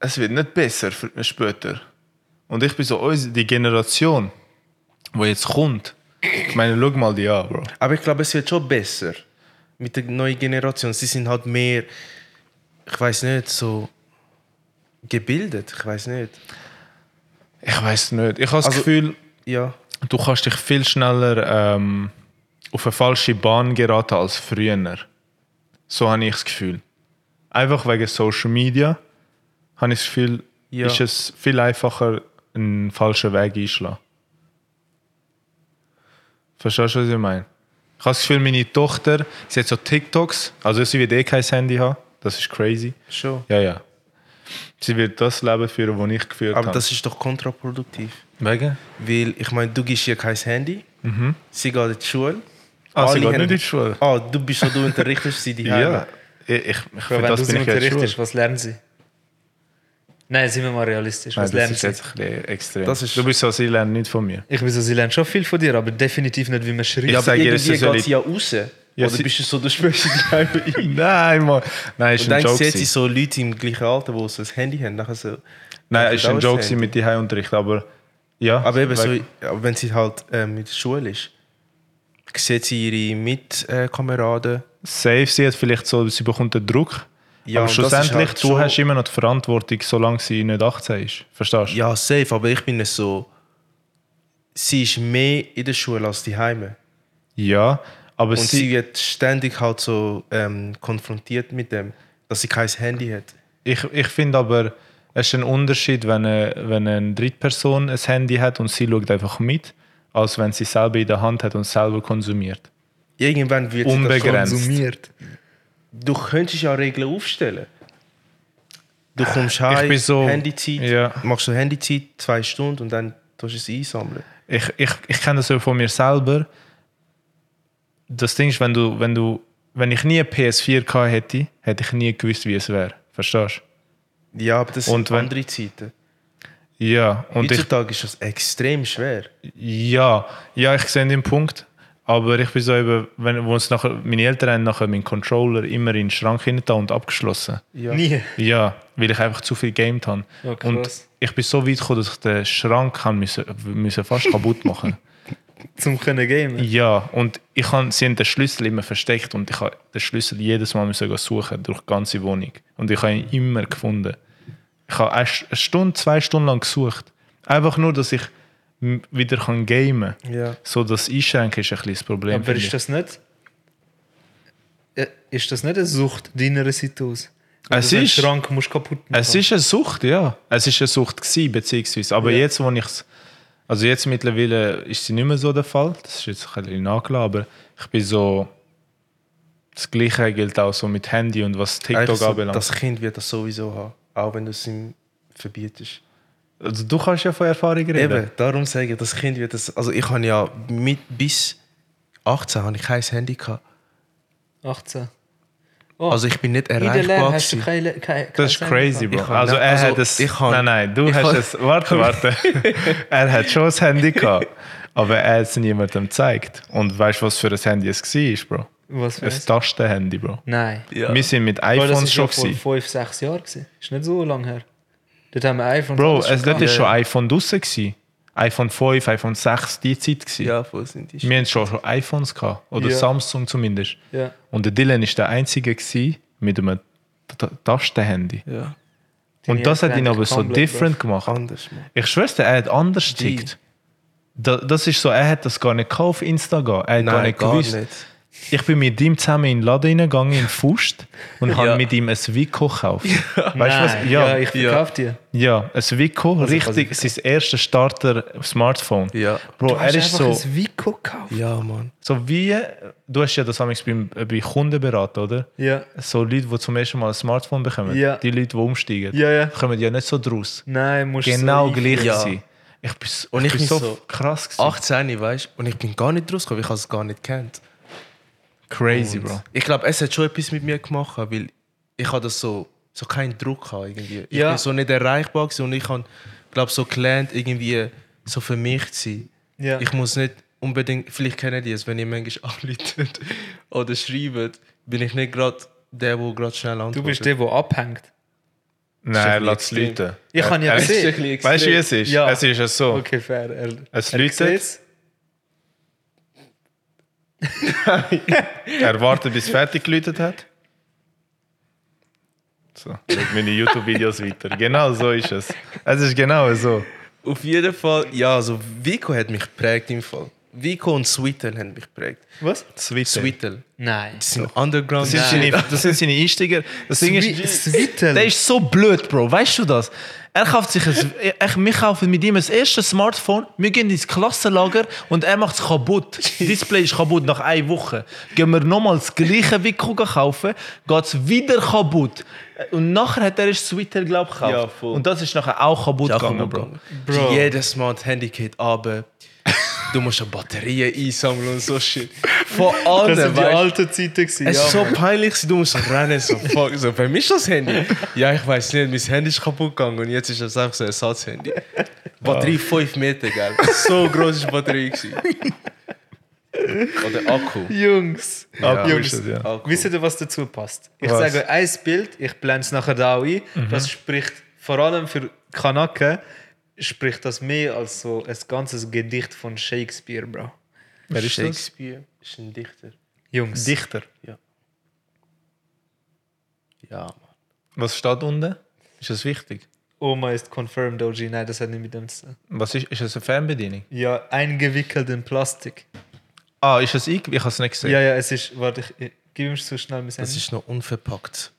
Speaker 3: es wird nicht besser für, später. Und ich bin so, unsere- die Generation, die jetzt kommt, ich meine, schau mal die an, Bro.
Speaker 2: Aber ich glaube, es wird schon besser mit der neuen Generation. Sie sind halt mehr, ich weiß nicht, so gebildet. Ich weiß nicht.
Speaker 3: Ich weiß nicht. Ich habe das
Speaker 2: Also-
Speaker 3: Gefühl,
Speaker 2: Ja.
Speaker 3: du kannst dich viel schneller ähm, auf eine falsche Bahn geraten als früher. So habe ich das Gefühl. Einfach wegen Social Media habe ich das Gefühl,
Speaker 2: Ja.
Speaker 3: ist es viel einfacher, einen falschen Weg einschlagen. Verstehst du, was ich meine? Ich habe das Gefühl, meine Tochter, sie hat so TikToks, also sie wird eh kein Handy haben, das ist crazy.
Speaker 2: Schon.
Speaker 3: Ja, ja. Sie wird das Leben führen, das ich geführt
Speaker 2: Aber
Speaker 3: habe.
Speaker 2: das ist doch kontraproduktiv.
Speaker 3: Wegen?
Speaker 2: Weil ich meine, du gibst ihr kein Handy, sie geht in die Schule.
Speaker 3: Mhm. Ah, sie
Speaker 2: Alle
Speaker 3: geht
Speaker 2: haben-
Speaker 3: nicht in die Schule.
Speaker 2: Ah, du bist so, du unterrichtest sie die Heime.
Speaker 3: Ja. Ich, ich, ich
Speaker 1: Bro,
Speaker 3: für
Speaker 1: wenn du
Speaker 3: das
Speaker 1: sie
Speaker 3: bin ich jetzt
Speaker 1: unterrichtest,
Speaker 3: schuld.
Speaker 1: was lernen sie? Nein, sind wir mal realistisch.
Speaker 3: Nein,
Speaker 1: Was
Speaker 3: das
Speaker 1: lernen
Speaker 3: ist
Speaker 1: sie?
Speaker 3: jetzt ein bisschen extrem.
Speaker 2: Das ist-
Speaker 3: du bist so, sie lernen nicht von mir.
Speaker 1: Ich weiß, sie lernen schon viel von dir, aber definitiv nicht, wie man schreibt.
Speaker 3: Ja,
Speaker 2: Ja,
Speaker 3: aber sag
Speaker 2: aber
Speaker 3: ihr,
Speaker 2: irgendwie
Speaker 3: sie soll
Speaker 2: geht
Speaker 3: ich-
Speaker 2: sie ja raus.
Speaker 3: Ja,
Speaker 2: Oder
Speaker 3: sie-
Speaker 2: bist du so, du schmeißt sie die Heime rein.
Speaker 3: Nein, Mann. Nein, ist
Speaker 2: Und
Speaker 3: ein
Speaker 2: dann
Speaker 3: Joke.
Speaker 2: sieht sie
Speaker 3: gewesen.
Speaker 2: so Leute im gleichen Alter, die so ein Handy haben, nachher so,
Speaker 3: Nein,
Speaker 2: ich
Speaker 3: es war ein
Speaker 2: auch
Speaker 3: Joke
Speaker 2: sehen.
Speaker 3: mit die Unterricht, aber ja.
Speaker 2: Aber eben so,
Speaker 3: weil-
Speaker 2: aber wenn sie halt ähm, in der Schule ist, sieht sie ihre Mitkameraden. äh,
Speaker 3: Safe, sie hat vielleicht so, sie bekommt den Druck.
Speaker 2: Ja,
Speaker 3: aber
Speaker 2: und das ist
Speaker 3: schlussendlich,
Speaker 2: halt
Speaker 3: du
Speaker 2: schon-
Speaker 3: hast immer noch die Verantwortung, solange sie nicht 18 ist. Verstehst du?
Speaker 2: Ja, safe, aber ich bin so. Sie ist mehr in der Schule als die Heime.
Speaker 3: Ja, aber
Speaker 2: Und
Speaker 3: sie,
Speaker 2: sie wird ständig halt so ähm, konfrontiert mit dem, dass sie kein Handy hat.
Speaker 3: ich, ich finde aber, es ist ein Unterschied, wenn eine, wenn eine Drittperson ein Handy hat und sie schaut einfach mit, als wenn sie selber in der Hand hat und selber konsumiert.
Speaker 2: Irgendwann wird sie das
Speaker 3: Unbegrenzt.
Speaker 1: Konsumiert.
Speaker 2: Du könntest ja Regeln aufstellen. Du kommst
Speaker 3: Ich
Speaker 2: heim,
Speaker 3: bin so-
Speaker 2: Handyzeit,
Speaker 3: ja.
Speaker 2: machst so Handyzeit, zwei Stunden und dann tust du es einsammeln.
Speaker 3: ich, ich, ich kenne das ja von mir selber. Das Ding ist, wenn du, wenn du, wenn ich nie eine PS4 gehabt hätte, hätte ich nie gewusst, wie es wäre. Verstehst
Speaker 2: Ja, aber das
Speaker 3: Und
Speaker 2: sind
Speaker 3: wenn-
Speaker 2: andere Zeiten.
Speaker 3: du? Ja. Und ich,
Speaker 2: Heutzutage ist das extrem schwer.
Speaker 3: ja, ja, ich sehe den Punkt. Aber ich bin so eben, wenn, wo uns nachher, meine Eltern haben nachher meinen Controller immer in den Schrank hinten und abgeschlossen.
Speaker 2: Ja.
Speaker 1: Nie.
Speaker 3: Ja, weil ich einfach zu viel gegamed habe.
Speaker 1: Ja, krass.
Speaker 3: und ich bin so weit gekommen, dass ich den Schrank haben müssen, müssen fast kaputt machen
Speaker 1: Zum können gamen.
Speaker 3: Ja, und ich han, sie haben den Schlüssel immer versteckt und ich habe den Schlüssel jedes Mal müssen gehen suchen durch die ganze Wohnung. Und ich habe ihn immer gefunden. Ich habe eine Sch- eine Stunde, zwei Stunden lang gesucht. Einfach nur, dass ich m- wieder kann gamen kann.
Speaker 2: Ja.
Speaker 3: So das Einschränken ist ein bisschen das Problem.
Speaker 1: Aber
Speaker 3: finde ich.
Speaker 1: ist das nicht. Äh, Ist das nicht eine Sucht deiner Seite aus? Wenn
Speaker 3: Es
Speaker 1: du so einen
Speaker 3: ist-
Speaker 1: Schrank musst kaputt machen.
Speaker 3: Es ist eine Sucht, ja. Es ist eine Sucht gewesen, beziehungsweise. Aber jetzt, wo ich also jetzt mittlerweile ist sie nicht mehr so der Fall. Das ist jetzt ein bisschen nachgelassen, aber ich bin so. Das Gleiche gilt auch so mit Handy und was TikTok
Speaker 2: Eigentlich so,
Speaker 3: anbelangt.
Speaker 2: das Kind wird das sowieso haben, auch wenn du es ihm verbietest.
Speaker 3: also du kannst ja von Erfahrung reden.
Speaker 2: Eben, darum sage ich, das Kind wird das. Also ich habe ja mit bis 18 habe ich kein Handy gehabt.
Speaker 1: 18. Oh,
Speaker 2: Also ich bin nicht
Speaker 1: in der
Speaker 2: erreichbar.
Speaker 1: Lehre hast du
Speaker 2: gewesen.
Speaker 1: keine, keine,
Speaker 3: Das ist
Speaker 1: keine
Speaker 3: crazy, Bro.
Speaker 2: Ich kann-
Speaker 3: also er
Speaker 2: also,
Speaker 3: hat es.
Speaker 2: ich kann-
Speaker 3: nein, nein, du
Speaker 2: ich
Speaker 3: hast
Speaker 2: kann-
Speaker 3: es. Warte, warte. er hat schon ein Handy gehabt, aber er hat es niemandem gezeigt. Und weißt du, was für ein Handy es war, Bro?
Speaker 1: Was für
Speaker 3: Ein
Speaker 1: ein-
Speaker 3: Tastenhandy, Bro.
Speaker 1: Nein.
Speaker 2: Ja.
Speaker 3: Wir sind mit
Speaker 1: Bro, das
Speaker 3: iPhones
Speaker 1: ist ja
Speaker 3: schon.
Speaker 1: vor 5,
Speaker 3: gewesen.
Speaker 1: 6 Jahren. gewesen. Ist nicht so lange her. Dort haben wir iPhone.
Speaker 3: Bro, es dort
Speaker 1: ist
Speaker 3: ist schon iPhone draussen. Gewesen. iPhone 5, iPhone 6, die Zeit. Gewesen.
Speaker 2: Ja, voll sind die.
Speaker 3: Wir hatten schon, schon iPhones gehabt. Oder
Speaker 1: Ja.
Speaker 3: Samsung zumindest.
Speaker 1: Ja.
Speaker 3: Und der Dylan war der Einzige gewesen mit einem Ta- Tastenhandy.
Speaker 2: Ja,
Speaker 1: Deine
Speaker 3: Und das hat
Speaker 1: Eltern
Speaker 3: ihn
Speaker 1: haben
Speaker 3: aber
Speaker 1: dich
Speaker 3: so
Speaker 1: komplett, Bro.
Speaker 3: different gemacht.
Speaker 2: anders, Mann.
Speaker 3: Ich schwör's dir, er hat anders
Speaker 2: Die.
Speaker 3: tickt. Da, das ist so, er hat das gar nicht gehabt auf Insta gehen. Er hat gar nicht gewusst. Ich bin mit ihm zusammen in den Laden reingegangen, in Fust, und
Speaker 2: Ja.
Speaker 3: habe mit ihm ein Vico gekauft. Weißt du
Speaker 1: Nein.
Speaker 3: was?
Speaker 1: Ja,
Speaker 3: Ja,
Speaker 1: ich
Speaker 2: ja.
Speaker 1: verkaufe dir.
Speaker 3: ja, ein Vico,
Speaker 1: Also
Speaker 2: quasi-
Speaker 3: richtig, sein erstes Starter-Smartphone.
Speaker 2: Ja.
Speaker 3: Bro, er ist so,
Speaker 1: ein Vico gekauft.
Speaker 2: Ja, Mann.
Speaker 3: so wie, du hast ja das manchmal bei, bei Kunden beraten, oder?
Speaker 1: Ja.
Speaker 3: So Leute, die zum ersten Mal ein Smartphone bekommen,
Speaker 1: Ja.
Speaker 3: die Leute, die umsteigen,
Speaker 1: Ja, ja.
Speaker 3: kommen ja nicht so draus.
Speaker 1: Nein, musst
Speaker 3: Genau
Speaker 1: so
Speaker 3: gleich
Speaker 2: Ja.
Speaker 3: sein. Ich bin, so-
Speaker 2: Und
Speaker 3: ich bin
Speaker 2: ich bin
Speaker 3: so,
Speaker 2: so-
Speaker 3: krass gewesen.
Speaker 2: 18, weißt du? Und ich bin gar nicht rausgekommen, ich habe es gar nicht gekannt.
Speaker 3: Crazy, Bro.
Speaker 2: Ich glaube, es hat schon etwas mit mir gemacht, weil ich habe das so, so keinen Druck gehabt irgendwie. Ich
Speaker 1: Ja.
Speaker 2: bin so nicht erreichbar gewesen und ich habe, glaube so gelernt, irgendwie so für mich zu sein.
Speaker 1: Ja.
Speaker 2: Ich muss nicht unbedingt, vielleicht kennen die es, wenn ihr manchmal anleitet oder schreibt, bin ich nicht gerade der, der gerade schnell antwortet.
Speaker 1: Du bist der, der abhängt.
Speaker 3: Nein, er
Speaker 2: bisschen
Speaker 3: lässt es
Speaker 2: extrem.
Speaker 3: läuten.
Speaker 1: Ich
Speaker 3: Er-
Speaker 1: kann ja
Speaker 3: er-
Speaker 1: sehen.
Speaker 2: Das ist ein bisschen
Speaker 3: Weißt du, wie es
Speaker 2: extrem.
Speaker 3: ist?
Speaker 1: Ja.
Speaker 3: Es ist ja so.
Speaker 1: Okay, fair. Er,
Speaker 3: Es
Speaker 1: er
Speaker 3: läutet.
Speaker 1: sieht's.
Speaker 3: Er wartet, bis es fertig geläutet hat. So, mit meine YouTube-Videos weiter. Genau so ist es. Es ist genau so.
Speaker 2: Auf jeden Fall, ja, also Vico hat mich geprägt im Fall. Vico und Sweetel haben mich geprägt.
Speaker 1: Was?
Speaker 3: Sweet.
Speaker 2: Sweetel,
Speaker 1: Nein.
Speaker 2: das sind Underground.
Speaker 3: Das sind, seine, das sind seine Einsteiger. Das Ding ist,
Speaker 1: Swittel.
Speaker 3: der ist so blöd, Bro. Weißt du das? Er kauft sich ein, ich, wir kaufen mit ihm das erste Smartphone, wir gehen ins Klassenlager und er macht es kaputt. Display ist kaputt nach einer Woche. Gehen wir nochmal das gleiche Wickel kaufen, geht es wieder kaputt. Und nachher hat er erst Sweeter, glaube ich, gekauft.
Speaker 2: Ja, voll.
Speaker 3: und das ist nachher auch kaputt
Speaker 2: Ja,
Speaker 3: gegangen,
Speaker 2: komm,
Speaker 3: Bro.
Speaker 2: Bro.
Speaker 1: Bro.
Speaker 2: Jedes Mal die Handy geht runter. Du musst eine Batterien einsammeln und so shit. Vor
Speaker 1: Das
Speaker 2: allem,
Speaker 1: sind die
Speaker 2: weißt du,
Speaker 1: alten Zeiten. gewesen,
Speaker 2: es ist
Speaker 1: ja,
Speaker 2: so peinlich, gewesen, du musst rennen, so fuck, so, bei mir ist das Handy. Ja, ich weiß nicht, mein Handy ist kaputt gegangen und jetzt ist das einfach so ein Ersatzhandy. Batterie
Speaker 1: Ah.
Speaker 2: 5 Meter, gell. So groß ist die Batterie gewesen. Oder Akku.
Speaker 1: Jungs.
Speaker 3: Ja,
Speaker 1: Jungs.
Speaker 3: ist es, ja.
Speaker 2: Akku.
Speaker 1: Wisst ihr, was dazu passt? Ich
Speaker 3: Was?
Speaker 1: sage euch ein Bild, ich blende es nachher da auch ein. Das spricht vor allem für Kanaken spricht das mehr als so ein ganzes Gedicht von Shakespeare, Bro.
Speaker 2: Wer
Speaker 3: ist das?
Speaker 2: Shakespeare ist ein Dichter.
Speaker 1: Jungs.
Speaker 3: Dichter.
Speaker 2: Ja, Mann.
Speaker 3: Was steht unten? Ist das wichtig?
Speaker 1: Oma ist confirmed OG. Nein, das hat nicht mit dem zu tun.
Speaker 3: Was ist, ist das eine Fernbedienung?
Speaker 1: Ja, eingewickelt in Plastik.
Speaker 3: Ah, ist das eingewickelt? Ich habe es nicht gesehen.
Speaker 1: Ja, ja, es ist. Warte, ich, ich gib ihm so schnell mein
Speaker 2: Das
Speaker 1: Handy.
Speaker 2: ist noch unverpackt.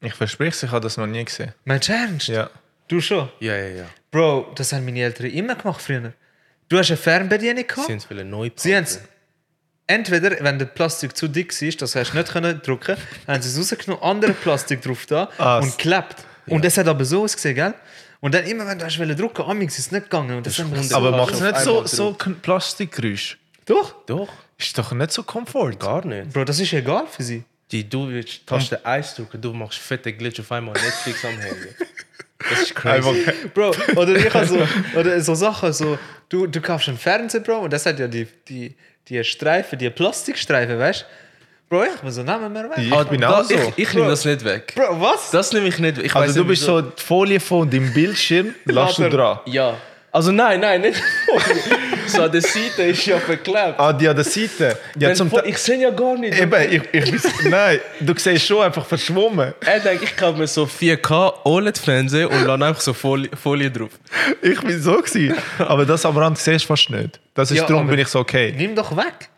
Speaker 3: Ich verspreche es, ich habe das noch nie gesehen.
Speaker 1: Meinst du ernst?
Speaker 3: Ja.
Speaker 1: Du schon?
Speaker 2: Ja, ja, ja.
Speaker 1: Bro, das haben meine Eltern immer gemacht früher. Du hast eine Fernbedienung gehabt.
Speaker 2: Sie haben es wollen neu
Speaker 1: Sie haben
Speaker 2: packen.
Speaker 1: es. Entweder, wenn der Plastik zu dick war, das hast du nicht können drücken, haben sie es rausgenommen, andere Plastik drauf da
Speaker 3: Ah,
Speaker 1: und
Speaker 3: s-
Speaker 1: geklebt. Und das hat aber so ausgesehen, gell? Und dann immer, wenn du hast wollen drücken, amix ist es nicht gegangen. Und das, haben wir
Speaker 2: ist
Speaker 1: so-
Speaker 3: Aber
Speaker 2: hast
Speaker 3: macht es
Speaker 2: auf
Speaker 3: nicht so,
Speaker 2: einmal
Speaker 3: so K- Plastikgeräusch?
Speaker 1: Doch,
Speaker 2: Doch,
Speaker 3: Ist doch nicht so Komfort.
Speaker 2: gar nicht.
Speaker 1: Bro, das ist egal für sie.
Speaker 2: Die, du willst Taste 1 drücken, du machst fette Glitch auf einmal Netflix am Handy. Das ist crazy.
Speaker 1: Bro, oder ich hab so, oder so Sachen, so, du, du kaufst einen Fernseher, Bro, und das hat ja die, die, die Streifen, die Plastikstreifen, weißt du? Bro, ich bin so nehmen wir weg.
Speaker 3: Ich bin auch so.
Speaker 2: Ich, ich nehme das nicht weg.
Speaker 1: Bro, was?
Speaker 2: Das nehme ich nicht weg. Ich weiss
Speaker 3: also du
Speaker 2: nicht,
Speaker 3: bist
Speaker 2: wieso.
Speaker 3: so die Folie von deinem Bildschirm, lass du
Speaker 1: Warte.
Speaker 3: dran.
Speaker 2: Ja. Also nein, nein, nicht. so an der Seite ist ja verklebt.
Speaker 3: Ah, die an der Seite. Ja,
Speaker 2: Wenn
Speaker 3: zum
Speaker 2: voll-
Speaker 3: Teil-
Speaker 2: ich sehe ja gar nicht.
Speaker 3: Eben, ich, ich bin, Nein, du siehst schon einfach verschwommen.
Speaker 2: Er denkt, ich kaufe mir so 4K OLED-Fernseher und dann einfach so Folie, Folie drauf.
Speaker 3: Ich bin so gewesen. Aber das am Rand siehst du fast nicht. Das ist
Speaker 1: Ja,
Speaker 3: darum
Speaker 1: aber-
Speaker 3: bin ich so okay.
Speaker 1: Nimm doch weg.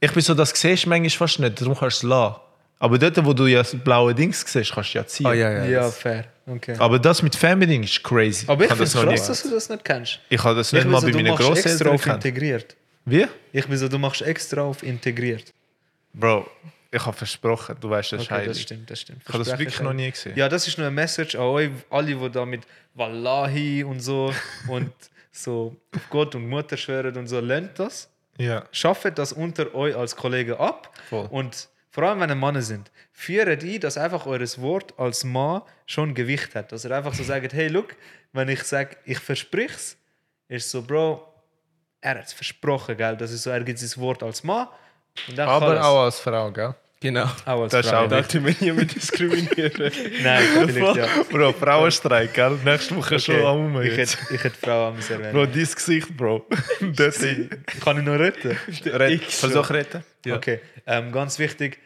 Speaker 3: Ich bin so, das siehst du manchmal fast nicht, darum kannst du es lassen. Aber dort, wo du ja das blaue Dings siehst, kannst du ja ziehen.
Speaker 1: Ah, Ja, fair. Okay.
Speaker 3: Aber das mit Fernbedienung ist crazy.
Speaker 1: Aber ich
Speaker 3: hab
Speaker 1: finde es
Speaker 3: noch nie-
Speaker 1: krass, dass du das nicht kennst.
Speaker 3: Ich habe das
Speaker 1: Ich
Speaker 3: nicht
Speaker 1: bin
Speaker 3: mal
Speaker 1: so,
Speaker 3: bei
Speaker 1: du
Speaker 3: meinen
Speaker 1: machst extra
Speaker 3: Großeltern
Speaker 1: auf
Speaker 3: gekannt.
Speaker 1: integriert.
Speaker 3: Wie?
Speaker 1: Ich bin so, du machst extra auf integriert.
Speaker 3: Bro, ich habe versprochen, du weißt das ist
Speaker 1: Okay, das
Speaker 3: heilig.
Speaker 1: stimmt, das stimmt.
Speaker 3: Ich habe das
Speaker 1: Versprechen
Speaker 3: wirklich
Speaker 1: ist
Speaker 3: noch
Speaker 1: heilig.
Speaker 3: nie gesehen.
Speaker 1: Ja, das ist nur eine Message an euch, alle, die da mit Wallahi und so und so auf Gott und Mutter schwören und so, lernt das.
Speaker 3: Ja.
Speaker 1: Schafft das unter euch als Kollegen ab.
Speaker 3: Voll.
Speaker 1: Und vor allem, wenn ihr Männer sind, führt ein, dass einfach eures Wort als Mann schon Gewicht hat. Dass ihr einfach so sagt, hey, look, wenn ich sage, ich versprich's, ist so, Bro, er hat es versprochen, gell? Das ist so, er gibt sein Wort als Mann. Und dann kann er's.
Speaker 3: Aber auch als Frau, gell?
Speaker 2: Genau.
Speaker 1: auch als
Speaker 3: Das ist
Speaker 1: Frau.
Speaker 3: auch
Speaker 2: Dachte mir niemand diskriminieren.
Speaker 1: Nein, vielleicht ja.
Speaker 3: Bro, Frauenstreik, gell? Nächste Woche schon am Umher
Speaker 1: ich hätte
Speaker 3: jetzt.
Speaker 1: ich hätte die Frau am Servern.
Speaker 3: Bro, dein Gesicht, Bro. das ist.
Speaker 1: Kann ich noch retten?
Speaker 3: Red,
Speaker 2: X,
Speaker 3: versuch retten.
Speaker 2: Ja.
Speaker 1: Okay, ähm, ganz wichtig,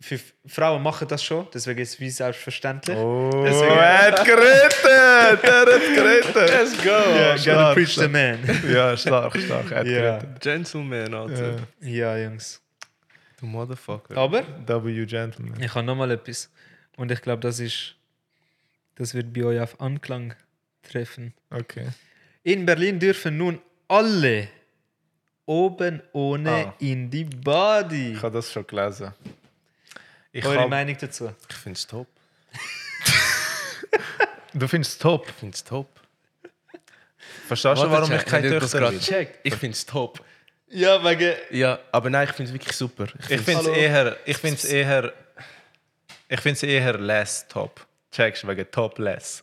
Speaker 1: für F- Frauen machen das schon, deswegen ist es wie selbstverständlich.
Speaker 3: Oh,
Speaker 1: Deswegen-
Speaker 3: er hat gerettet! Er hat gerettet!
Speaker 2: Let's go.
Speaker 3: Ja,
Speaker 1: Gotta
Speaker 3: stark,
Speaker 1: preach the
Speaker 3: stark.
Speaker 1: man.
Speaker 3: Ja, stark, stark. Er hat
Speaker 1: Ja.
Speaker 3: gerettet.
Speaker 2: Gentleman, Alter.
Speaker 1: ja, Jungs.
Speaker 2: Du Motherfucker.
Speaker 1: Aber
Speaker 3: W Gentleman.
Speaker 1: ich habe nochmal etwas. Und ich glaube, das ist. Das wird bei euch auf Anklang treffen.
Speaker 3: Okay.
Speaker 1: In Berlin dürfen nun alle oben ohne
Speaker 3: Ah.
Speaker 1: in die Body.
Speaker 3: Ich habe das schon gelesen. Ich
Speaker 1: Eure
Speaker 3: hab-
Speaker 1: Meinung dazu?
Speaker 2: Ich find's top.
Speaker 3: du findest es top.
Speaker 2: Ich find's top.
Speaker 3: Verstehst du, warum ich keine Töchter
Speaker 2: gerade
Speaker 3: will?
Speaker 2: checkt? Ich find's top.
Speaker 1: Ja, wegen.
Speaker 2: Ja, aber nein, ich find's wirklich super. Ich
Speaker 3: Ich
Speaker 2: find's
Speaker 3: finde es
Speaker 1: Hallo.
Speaker 3: eher, ich find's eher, ich find's eher less top. Checkst du wegen top less?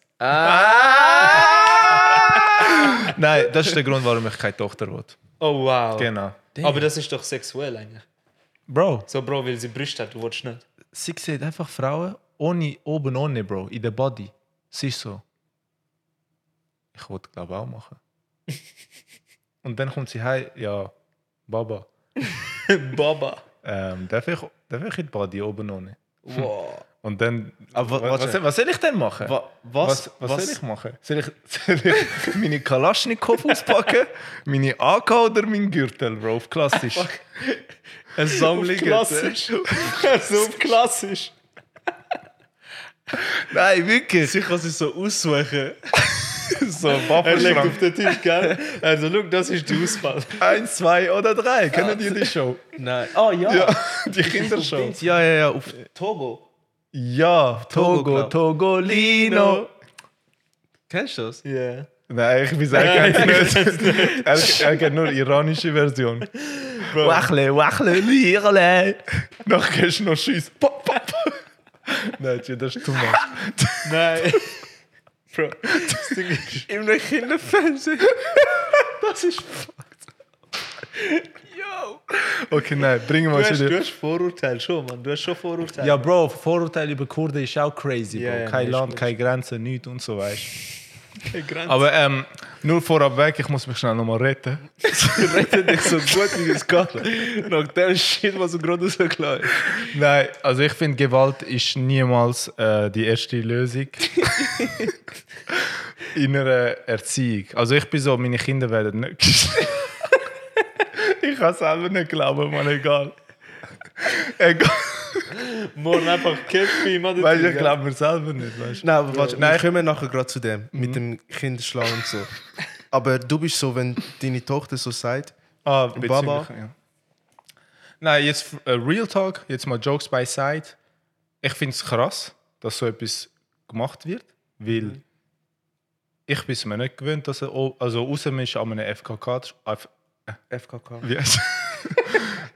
Speaker 3: Nein, das ist der Grund, warum ich keine Tochter will.
Speaker 1: Oh, wow.
Speaker 3: Genau.
Speaker 1: Aber das ist doch sexuell eigentlich.
Speaker 3: Bro,
Speaker 1: So, Bro, weil sie Brüste hat, du willst nicht.
Speaker 3: sie sieht einfach Frauen ohne, oben ohne, Bro, in der Body. Sie ist so. Ich wollte glaube auch machen. Und dann kommt sie heim, ja, Baba,
Speaker 1: Baba.
Speaker 3: ähm, darf, ich, darf ich in die Body oben ohne?
Speaker 1: Wow.
Speaker 3: Und dann,
Speaker 2: Aber wa-
Speaker 3: was,
Speaker 2: warte.
Speaker 3: was, was soll ich denn machen?
Speaker 2: Wa-
Speaker 3: Was,
Speaker 2: was,
Speaker 3: was, soll ich machen? Soll ich, soll ich meine Kalaschnikow auspacken, meine AK oder meinen Gürtel, Bro? Auf klassisch.
Speaker 2: Eine Sammlung.
Speaker 1: Klassisch. so klassisch.
Speaker 3: Nein, wirklich.
Speaker 2: Sicher kann sie so aussuchen.
Speaker 3: So,
Speaker 1: Er legt auf
Speaker 3: Waffenschrank.
Speaker 1: den Tisch, gell? Also, look, das ist die Auswahl.
Speaker 3: Eins, zwei oder drei. Kennen die die Show?
Speaker 2: Nein. Oh ja.
Speaker 3: Ja, die Kindershow.
Speaker 2: Ja, ja, ja. Auf Togo.
Speaker 3: Ja, Togo,
Speaker 2: Togo,
Speaker 3: Togolino.
Speaker 2: Kennst du das?
Speaker 1: Ja. Yeah.
Speaker 3: Nein, ich bin sehr nicht. Er, er kennt nur iranische Version. Wachle, wachle, lirle. Noch gehst du noch schießen. Pop, pop. Nein, Tschö, das ist too much.
Speaker 1: Nein. Bro, das Ding ist.
Speaker 2: Im Kinderfernsehen. das ist fucked. Yo.
Speaker 3: Okay, nein, bringen wir
Speaker 1: Du
Speaker 3: es
Speaker 1: hast, du
Speaker 3: wieder.
Speaker 1: hast Vorurteile schon, Mann. Du hast schon Vorurteile.
Speaker 3: Ja, Bro, Vorurteile über Kurden ist auch crazy, Bro.
Speaker 1: Ja, ja,
Speaker 3: kein
Speaker 1: nee,
Speaker 3: Land,
Speaker 1: ist
Speaker 3: keine Grenzen, nichts und so weiter.
Speaker 1: Grenzen.
Speaker 3: Aber ähm, nur vorab weg, ich muss mich schnell nochmal retten.
Speaker 2: Rette dich so gut wie es geht. Nach dem Shit, was du gerade rausgelassen hast.
Speaker 3: Nein, also ich finde, Gewalt ist niemals äh, die erste Lösung in einer Erziehung. Also ich bin so, meine Kinder werden nicht geschlagen. ich kann selber nicht glauben, man, egal. Egal,
Speaker 1: Morgen einfach Käppi, Mann.
Speaker 3: weißt, du, ich glaube mir selber nicht, weißt du.
Speaker 2: Nein, aber warte,
Speaker 3: Nein,
Speaker 2: wir kommen nachher gerade zu dem, mit dem Kinderschlagen und so. Aber du bist so, wenn deine Tochter so sagt,
Speaker 3: Ah,
Speaker 2: Baba.
Speaker 3: bezüglich- Ja. Nein, jetzt äh, Real Talk, jetzt mal Jokes by Side. Ich finde es krass, dass so etwas gemacht wird, weil ich bin es mir nicht gewöhnt, dass er, o- also außer man ist an einem FKK, sch- F,
Speaker 2: FKK.
Speaker 3: wie heißt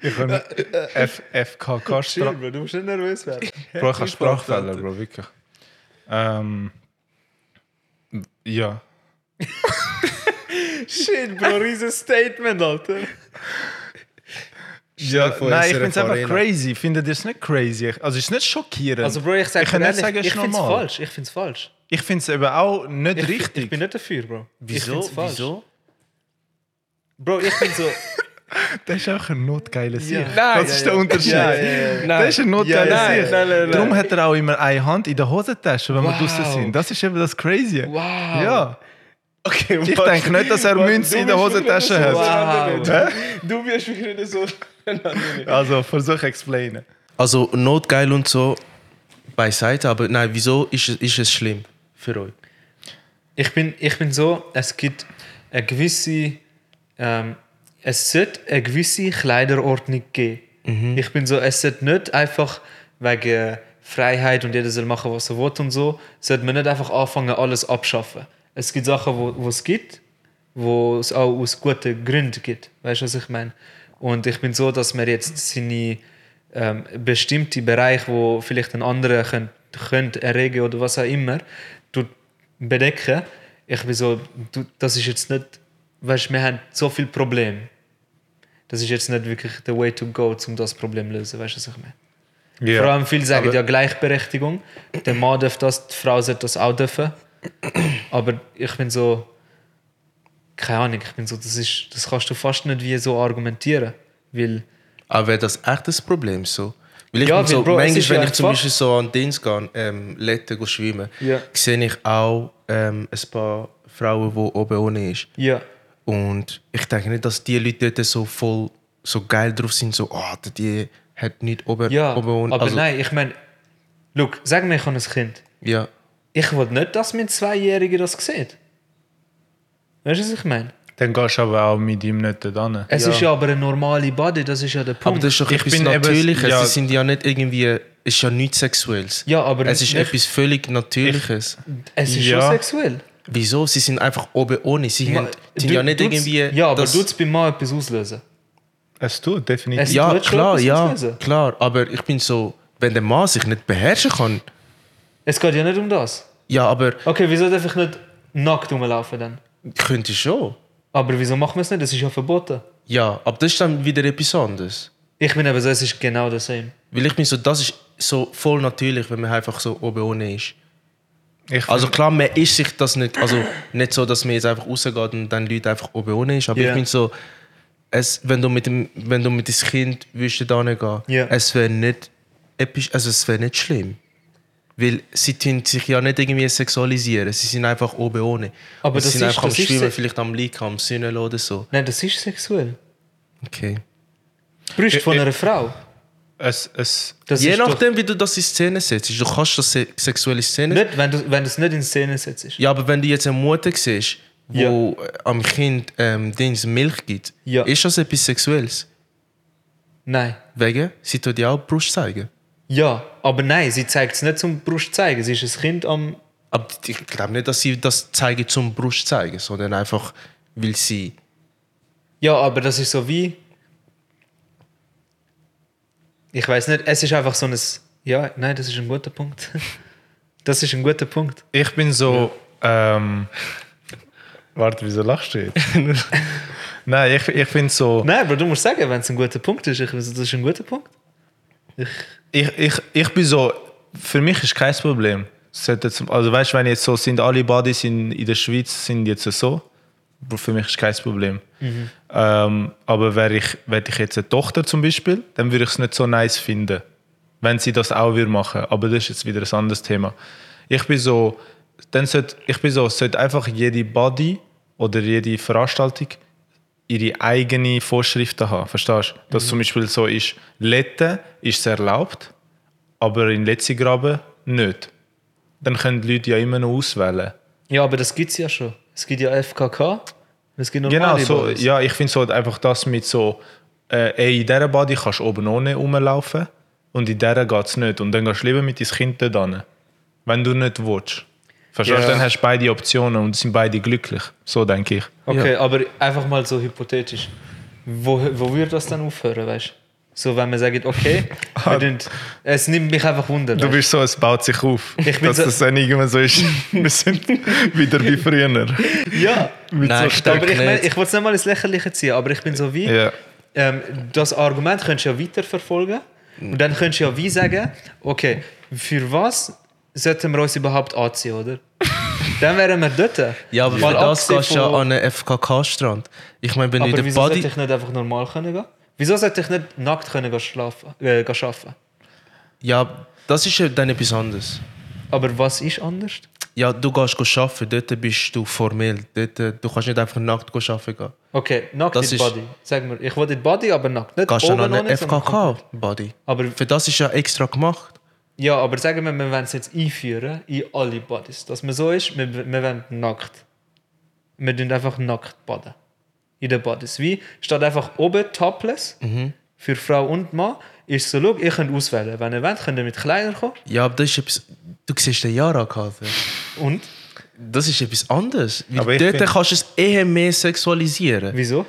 Speaker 3: ich kann nicht- F, FKK
Speaker 1: Chill,
Speaker 3: Stra-
Speaker 1: Bro. Du musst nicht nervös werden.
Speaker 3: Bro, ich habe Sprachfehler, Bro, wirklich. Ähm, ja.
Speaker 1: Shit, Bro. Riesen Statement, Alter.
Speaker 2: Ja,
Speaker 3: Nein, ich finde es einfach crazy. Findet ihr es nicht crazy? Also, es ist nicht schockierend.
Speaker 1: Also, Bro, ich sage
Speaker 3: Ich kann nicht sagen, es
Speaker 1: ich
Speaker 3: ist
Speaker 1: finde es
Speaker 3: normal.
Speaker 1: falsch. Ich finde es falsch.
Speaker 3: Ich finde es eben auch nicht
Speaker 1: Ich,
Speaker 3: richtig.
Speaker 1: ich bin nicht dafür, Bro.
Speaker 2: Wieso?
Speaker 1: Ich find's falsch.
Speaker 2: Wieso?
Speaker 1: Bro, ich bin so.
Speaker 3: das ist auch ein notgeiler Sieg.
Speaker 1: Ja.
Speaker 3: das ist der Unterschied.
Speaker 1: Ja, ja, ja, ja.
Speaker 3: Das ist ein notgeiler
Speaker 1: Ja, ja, ja.
Speaker 3: Sieg.
Speaker 1: Nein, nein, nein.
Speaker 3: Darum hat er auch immer eine Hand in der Hosentasche, wenn wir
Speaker 1: Wow.
Speaker 3: draußen sind. Das ist eben das Crazy.
Speaker 1: Wow.
Speaker 3: Ja.
Speaker 2: Okay,
Speaker 3: Ich denke nicht, dass er Münze in der Hosentasche hat.
Speaker 1: Wow.
Speaker 2: Du wirst mich nicht so.
Speaker 3: Also, versuch explainen.
Speaker 2: Also, notgeil und so beiseite, aber nein, wieso ist, es- ist es schlimm für euch?
Speaker 1: Ich bin, ich bin so, es gibt eine gewisse, ähm, es sollte eine gewisse Kleiderordnung geben. Ich bin so, es sollte nicht einfach wegen Freiheit und jeder soll machen, was er will und so, sollte man nicht einfach anfangen, alles abschaffen. Es gibt Sachen, wo, wo es gibt, wo es auch aus guten Gründen gibt. Weißt du, was ich meine? Und ich bin so, dass man jetzt seine ähm, bestimmte Bereiche, wo vielleicht ein anderer könnte, könnte erregen oder was auch immer, tut bedecken. Ich bin so, du, das ist jetzt nicht, weißt du, wir haben so viel Probleme. Das ist jetzt nicht wirklich the way to go, um das Problem zu lösen, weißt du, was ich meine? Vor allem viele sagen
Speaker 3: aber-
Speaker 1: ja Gleichberechtigung. Der Mann darf das, die Frau sollte das auch dürfen. Aber ich bin so, keine Ahnung, ich bin so, das, ist, das kannst du fast nicht wie so argumentieren. Weil,
Speaker 2: Aber wäre das echt ein Problem so? Weil ich
Speaker 1: Ja,
Speaker 2: bin so,
Speaker 1: weil, Bro, es
Speaker 2: manchmal,
Speaker 1: ist
Speaker 2: wenn
Speaker 1: ja
Speaker 2: ich zum
Speaker 1: einfach-
Speaker 2: Beispiel so an Dings gehe, ähm, Letten gehe schwimmen,
Speaker 1: Ja.
Speaker 2: sehe ich auch ähm, ein paar Frauen, die oben ohne ist.
Speaker 1: ja,
Speaker 2: Und ich denke nicht, dass die Leute dort so voll so geil drauf sind, so, ah, die hat nicht oben,
Speaker 1: ja.
Speaker 2: oben ohne. Also,
Speaker 1: aber nein, ich meine, look, sag mir, ich habe ein Kind.
Speaker 2: Ja.
Speaker 1: Ich will nicht, dass mein Zweijähriger das sieht. Weißt du, was ich meine?
Speaker 3: Dann gehst du aber auch mit ihm nicht dran.
Speaker 1: Es
Speaker 2: Ja.
Speaker 1: ist ja aber eine normale Body, das ist ja der Punkt.
Speaker 2: Aber das ist doch
Speaker 3: Ich
Speaker 2: etwas
Speaker 3: bin eben-
Speaker 2: Natürliches.
Speaker 3: ja.
Speaker 2: Sie sind ja nicht irgendwie, es ist ja nichts Sexuelles.
Speaker 1: ja, aber
Speaker 2: es ist
Speaker 1: nicht-
Speaker 2: etwas völlig Natürliches.
Speaker 1: es ist
Speaker 3: Ja.
Speaker 1: schon sexuell.
Speaker 2: Wieso? Sie sind einfach oben ohne. Sie haben, sind ja nicht
Speaker 1: tut's-
Speaker 2: irgendwie.
Speaker 1: Ja, aber
Speaker 2: das-
Speaker 1: tut es beim Mann etwas auslösen?
Speaker 3: Es tut, definitiv.
Speaker 1: Es-
Speaker 2: Ja,
Speaker 1: wird schon
Speaker 2: klar,
Speaker 1: etwas
Speaker 2: ja,
Speaker 1: auslösen.
Speaker 2: klar. Aber ich bin so, wenn der Mann sich nicht beherrschen kann,
Speaker 1: Es geht ja nicht um das.
Speaker 2: ja, aber
Speaker 1: Okay, wieso darf ich nicht nackt rumlaufen dann?
Speaker 2: könnte schon.
Speaker 1: Aber wieso machen wir es nicht? Das ist ja verboten.
Speaker 2: Ja, aber das ist dann wieder etwas anderes.
Speaker 1: Ich bin eben so, es ist genau das same.
Speaker 2: Weil ich bin so, das ist so voll natürlich, wenn man einfach so oben ohne ist.
Speaker 3: Ich
Speaker 2: Also klar, man ist sich das nicht, also nicht so, dass man jetzt einfach rausgeht und dann Leute einfach oben ohne ist, aber
Speaker 1: Ja.
Speaker 2: ich bin so, es, wenn du mit dem, wenn du mit deinem Kind würdest da hingehen,
Speaker 1: Ja.
Speaker 2: es wäre nicht, episch- also es wäre nicht schlimm. Weil sie tun sich ja nicht irgendwie sexualisieren, sie sind einfach oben ohne.
Speaker 1: Aber
Speaker 2: Und sie
Speaker 1: das
Speaker 2: sind
Speaker 1: ist-
Speaker 2: einfach am
Speaker 1: das ist
Speaker 2: Schwimmen,
Speaker 1: se-
Speaker 2: vielleicht am Liegen, am Sünnen oder so.
Speaker 1: Nein, das ist sexuell.
Speaker 2: Okay.
Speaker 1: Die Brüste von
Speaker 3: Ich-
Speaker 1: einer Frau.
Speaker 3: es, es,
Speaker 1: Das
Speaker 2: Je
Speaker 1: ist doch
Speaker 2: nachdem, wie du das in Szene setzt, du kannst das se sexuelle Szene
Speaker 1: Nicht, wenn du, wenn du es nicht in Szene setzt.
Speaker 2: Ja, aber wenn du jetzt eine Mutter siehst, wo äh, am Kind ähm, Dings Milch gibt,
Speaker 1: Ja.
Speaker 2: ist das etwas Sexuelles?
Speaker 1: Nein.
Speaker 2: Wegen, sie tut ja auch die Brust zeigen.
Speaker 1: Ja, aber nein, sie zeigt es nicht zum Brust zeigen. Sie ist ein Kind am.
Speaker 2: Aber ich glaube nicht, dass sie das zeigen zum Brust zeigen, sondern einfach, weil sie.
Speaker 1: Ja, aber das ist so wie. Ich weiß nicht, es ist einfach so ein. Ja, nein, das ist ein guter Punkt. Das ist ein guter Punkt.
Speaker 3: ich bin so. Ähm, warte, wieso lachst du jetzt? Nein, ich, ich finde so.
Speaker 1: Nein, aber du musst sagen, wenn es ein guter Punkt ist. Ich, das ist ein guter Punkt.
Speaker 3: Ich, ich, ich bin so. Für mich ist kein Problem. Es sollte zum- Also weißt du, wenn jetzt so sind, alle Buddies in, in der Schweiz sind jetzt so. Für mich ist kein Problem. Ähm, aber wäre ich, wär ich jetzt eine Tochter zum Beispiel, dann würde ich es nicht so nice finden, wenn sie das auch würde machen. Aber das ist jetzt wieder ein anderes Thema. Ich bin so, dann sollte, ich bin so, es sollte einfach jede Body oder jede Veranstaltung ihre eigenen Vorschriften haben. Verstehst du? Dass zum Beispiel so ist, Letten ist es erlaubt, aber in Letzigraben nicht. Dann können die Leute ja immer noch auswählen.
Speaker 1: Ja, aber das gibt es ja schon. Es gibt ja FKK. Es gibt
Speaker 3: Genau,
Speaker 1: normale
Speaker 3: so,
Speaker 1: Bodies.
Speaker 3: ja, ich finde so einfach das mit so, äh, ey, in dieser Body kannst du oben ohne rumlaufen und in dieser geht es nicht. Und dann gehst du lieber mit deinem Kind dort hin, wenn du nicht willst. Verstehst du?
Speaker 1: Ja.
Speaker 3: Dann hast du beide Optionen und sind beide glücklich. So denke ich.
Speaker 1: Okay, aber einfach mal so hypothetisch. Wo, wo würde das dann aufhören, weißt du? So, wenn man sagt, okay, wir tun, es nimmt mich einfach Wunder.
Speaker 3: Ah. Du
Speaker 1: weisst.
Speaker 3: bist so, es baut sich auf,
Speaker 1: Ich bin
Speaker 3: dass
Speaker 1: so-
Speaker 3: das dann irgendwann so ist. Wir sind wieder wie früher.
Speaker 1: ja,
Speaker 3: Mit
Speaker 2: Nein,
Speaker 3: so
Speaker 2: ich denke
Speaker 1: aber ich, mein,
Speaker 2: nicht.
Speaker 1: ich will es nicht mal ins Lächerliche ziehen, aber ich bin so wie,
Speaker 3: Ja.
Speaker 1: ähm, das Argument könntest du ja weiterverfolgen und dann könntest du ja wie sagen, okay, für was sollten wir uns überhaupt anziehen, oder? dann wären wir dort.
Speaker 2: Ja, aber
Speaker 1: Mal
Speaker 2: für das
Speaker 1: abgesehen
Speaker 2: gehst du ja
Speaker 1: von-
Speaker 2: an einen FKK-Strand. Ich meine, wenn du in
Speaker 1: Aber
Speaker 2: der
Speaker 1: wieso sollte
Speaker 2: Body...
Speaker 1: ich nicht einfach normal können gehen? Wieso sollte ich nicht nackt können gehen schlafen, äh, gehen arbeiten?
Speaker 2: Ja, das ist ja dann etwas anderes.
Speaker 1: Aber was ist anders?
Speaker 2: Ja, du gehst go arbeiten, dort bist du formell. Dort, äh, du kannst nicht einfach nackt go arbeiten gehen.
Speaker 1: Okay, nackt
Speaker 2: Das
Speaker 1: in
Speaker 2: ist-
Speaker 1: Body. Sag mir, ich will in Body, aber nackt. Nicht
Speaker 2: Gehst
Speaker 1: oben
Speaker 2: dann an
Speaker 1: ohne,
Speaker 2: einen
Speaker 1: sondern komplett.
Speaker 2: FKK-Body.
Speaker 1: Aber,
Speaker 2: Für das ist ja extra gemacht.
Speaker 1: ja, aber sagen wir, wir wollen es jetzt einführen in alle Bodies. Dass man so ist, wir, wir wollen nackt. Wir tun einfach nackt baden. In den Bodies. Wie? Statt einfach oben topless für Frau und Mann, ist so, schau, ihr könnt auswählen. Wenn ihr wollt, könnt ihr mit Kleidern kommen.
Speaker 2: Ja, aber das ist etwas... Du siehst den Jara, Kater.
Speaker 1: Und?
Speaker 2: Das ist etwas anderes. Weil
Speaker 3: Aber ich
Speaker 2: dort
Speaker 3: find-
Speaker 2: kannst du es eher mehr sexualisieren.
Speaker 1: Wieso?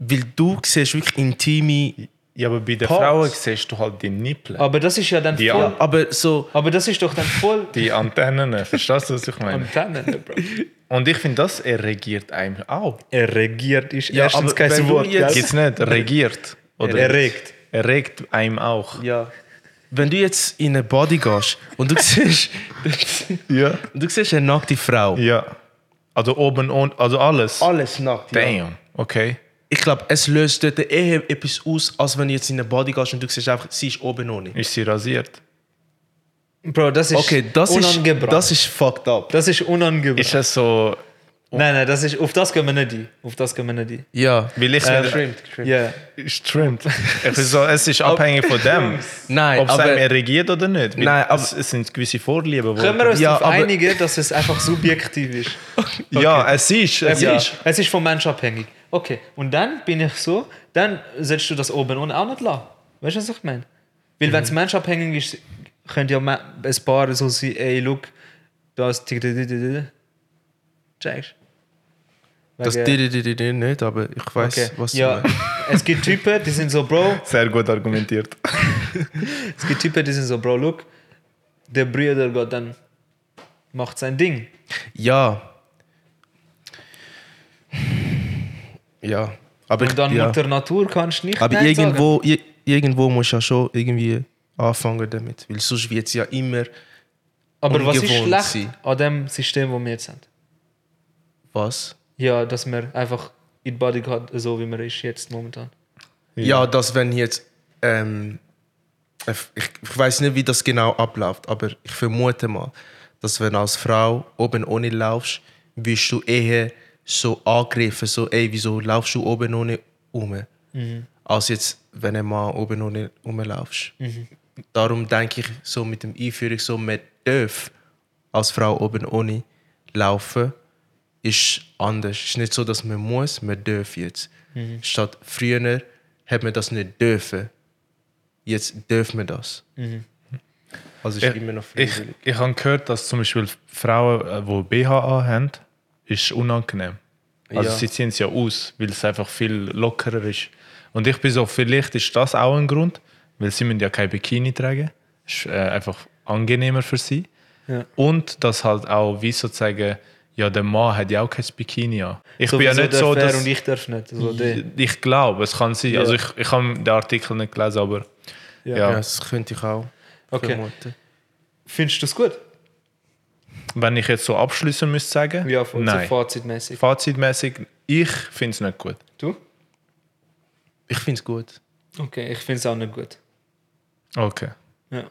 Speaker 2: Weil du siehst wirklich intime...
Speaker 3: Ja, aber bei den
Speaker 2: Pause.
Speaker 3: Frauen siehst du halt die Nippel,
Speaker 1: Aber das ist ja dann
Speaker 3: Die
Speaker 1: voll...
Speaker 3: An-
Speaker 2: Aber so...
Speaker 1: Aber das ist doch dann voll...
Speaker 3: die Antennen. Verstehst du, was ich meine?
Speaker 1: Antennen, Bro.
Speaker 3: Und ich finde, das erregiert einem auch.
Speaker 1: Er regiert ist
Speaker 2: Ja,
Speaker 1: erstens
Speaker 2: aber wenn
Speaker 1: kein
Speaker 2: du
Speaker 1: Wort.
Speaker 2: jetzt-
Speaker 1: gell?
Speaker 3: Geht's nicht? Regiert.
Speaker 1: Erregt.
Speaker 3: Erregt einem auch.
Speaker 2: Ja. Wenn du jetzt in eine Body gehst und du siehst...
Speaker 3: Ja.
Speaker 2: Und Du siehst eine nackte Frau.
Speaker 3: Ja. Also oben und also alles.
Speaker 2: Alles nackt. Ja.
Speaker 3: Damn. Okay.
Speaker 2: Ich glaube, es löst dort eher etwas aus, als wenn du jetzt in eine Body gehst und du siehst einfach, sie ist oben ohne.
Speaker 3: Ist sie rasiert?
Speaker 1: Bro, das ist
Speaker 2: Okay, das ist,
Speaker 1: unangebracht.
Speaker 2: das ist fucked up.
Speaker 1: Das ist unangebracht.
Speaker 3: Ist das so?
Speaker 1: nein, nein, das ist, auf das gehen wir nicht ein. Auf das gehen wir nicht ein.
Speaker 2: Ja.
Speaker 3: Will ich
Speaker 2: Trimmed,
Speaker 1: Ja.
Speaker 2: trimmed.
Speaker 3: Stimmt. Ich bin so, es ist abhängig von dem,
Speaker 2: Nein,
Speaker 3: ob es einem
Speaker 2: aber,
Speaker 3: erregiert oder nicht. Weil
Speaker 2: Nein, aber-
Speaker 3: es, es sind gewisse Vorlieben. wo-
Speaker 1: Können wir uns
Speaker 2: Ja,
Speaker 1: darauf
Speaker 2: aber-
Speaker 1: einigen, dass es einfach subjektiv ist?
Speaker 3: Ja, es ist. Es
Speaker 1: ja.
Speaker 3: ist.
Speaker 1: es ist vom Mensch abhängig. Okay, und dann bin ich so, dann setzt du das oben und auch nicht lassen. Weißt du, was ich meine?
Speaker 2: Mhm.
Speaker 1: Weil wenn es menschabhängig ist, könnte ja ma- ein paar so sein, ey, look, das... tic- tic- tic- tic- tic. Checkst du?
Speaker 2: das
Speaker 1: Wegen-
Speaker 2: dir dir- dir- dir nicht, aber ich weiß,
Speaker 1: Okay.
Speaker 2: was
Speaker 1: ja,
Speaker 2: du meinst.
Speaker 1: es gibt Typen, die sind so, Bro,
Speaker 3: Sehr gut argumentiert.
Speaker 1: es gibt Typen, die sind so, Bro, look, der Bruder Gott dann macht sein Ding.
Speaker 2: Ja. Ja. Aber, ich,
Speaker 1: Und dann
Speaker 2: ja.
Speaker 1: Mutter Natur kannst du nicht
Speaker 2: aber
Speaker 1: Nein sagen.
Speaker 2: irgendwo, ir- irgendwo musst du ja schon irgendwie anfangen damit. Weil sonst wird es ja immer
Speaker 1: Aber was ist
Speaker 2: ungewohnt
Speaker 1: schlecht
Speaker 2: sein.
Speaker 1: an dem System, wo wir jetzt sind?
Speaker 2: was.
Speaker 1: Ja, dass man einfach in die Body geht, so wie man ist jetzt momentan.
Speaker 2: Ja, dass wenn jetzt. Ähm, ich, ich weiß nicht, wie das genau abläuft, aber ich vermute mal, dass wenn als Frau oben ohne laufst, wirst du eher so angegriffen, so, ey, wieso laufst du oben ohne um? Als jetzt, wenn ein Mann oben ohne rumlaufst. Darum denke ich, so mit dem Einführung, so man darf als Frau oben ohne laufen, ist anders. Es ist nicht so, dass man muss, man darf jetzt. Statt früher hat man das nicht dürfen. Jetzt dürfen wir das. Also ist
Speaker 3: Ich-
Speaker 2: immer noch
Speaker 3: Ich,
Speaker 2: freiwillig.
Speaker 3: ich habe gehört, dass zum Beispiel Frauen, äh, die BHA haben, ist unangenehm. Also
Speaker 2: Ja.
Speaker 3: sie ziehen es ja aus, weil es einfach viel lockerer ist. Und ich bin so, vielleicht ist das auch ein Grund, weil sie müssen ja kein Bikini tragen. Ist äh, einfach angenehmer für sie.
Speaker 1: Ja.
Speaker 3: Und dass halt auch, wie sozusagen, ja, der Mann hat ja auch kein Bikini an. Ich
Speaker 1: So
Speaker 3: bin ja
Speaker 1: wieso
Speaker 3: nicht
Speaker 1: darf
Speaker 3: so,
Speaker 1: er
Speaker 3: dass...
Speaker 1: und ich darf nicht. Also der,
Speaker 3: ich glaube, es kann sein.
Speaker 1: Ja.
Speaker 3: Also ich, ich habe den Artikel nicht gelesen, aber
Speaker 1: Ja.
Speaker 3: ja.
Speaker 2: Ja, das könnte ich auch
Speaker 1: Okay.
Speaker 2: vermuten.
Speaker 1: Findest du es gut?
Speaker 3: Wenn ich jetzt so abschließen müsste sagen,
Speaker 1: Ja, voll so
Speaker 3: nein.
Speaker 1: fazitmäßig.
Speaker 3: Fazitmäßig, ich finde es nicht gut.
Speaker 1: Du?
Speaker 2: Ich finde es gut.
Speaker 1: Okay, ich finde es auch nicht gut.
Speaker 3: Okay.
Speaker 1: Ja.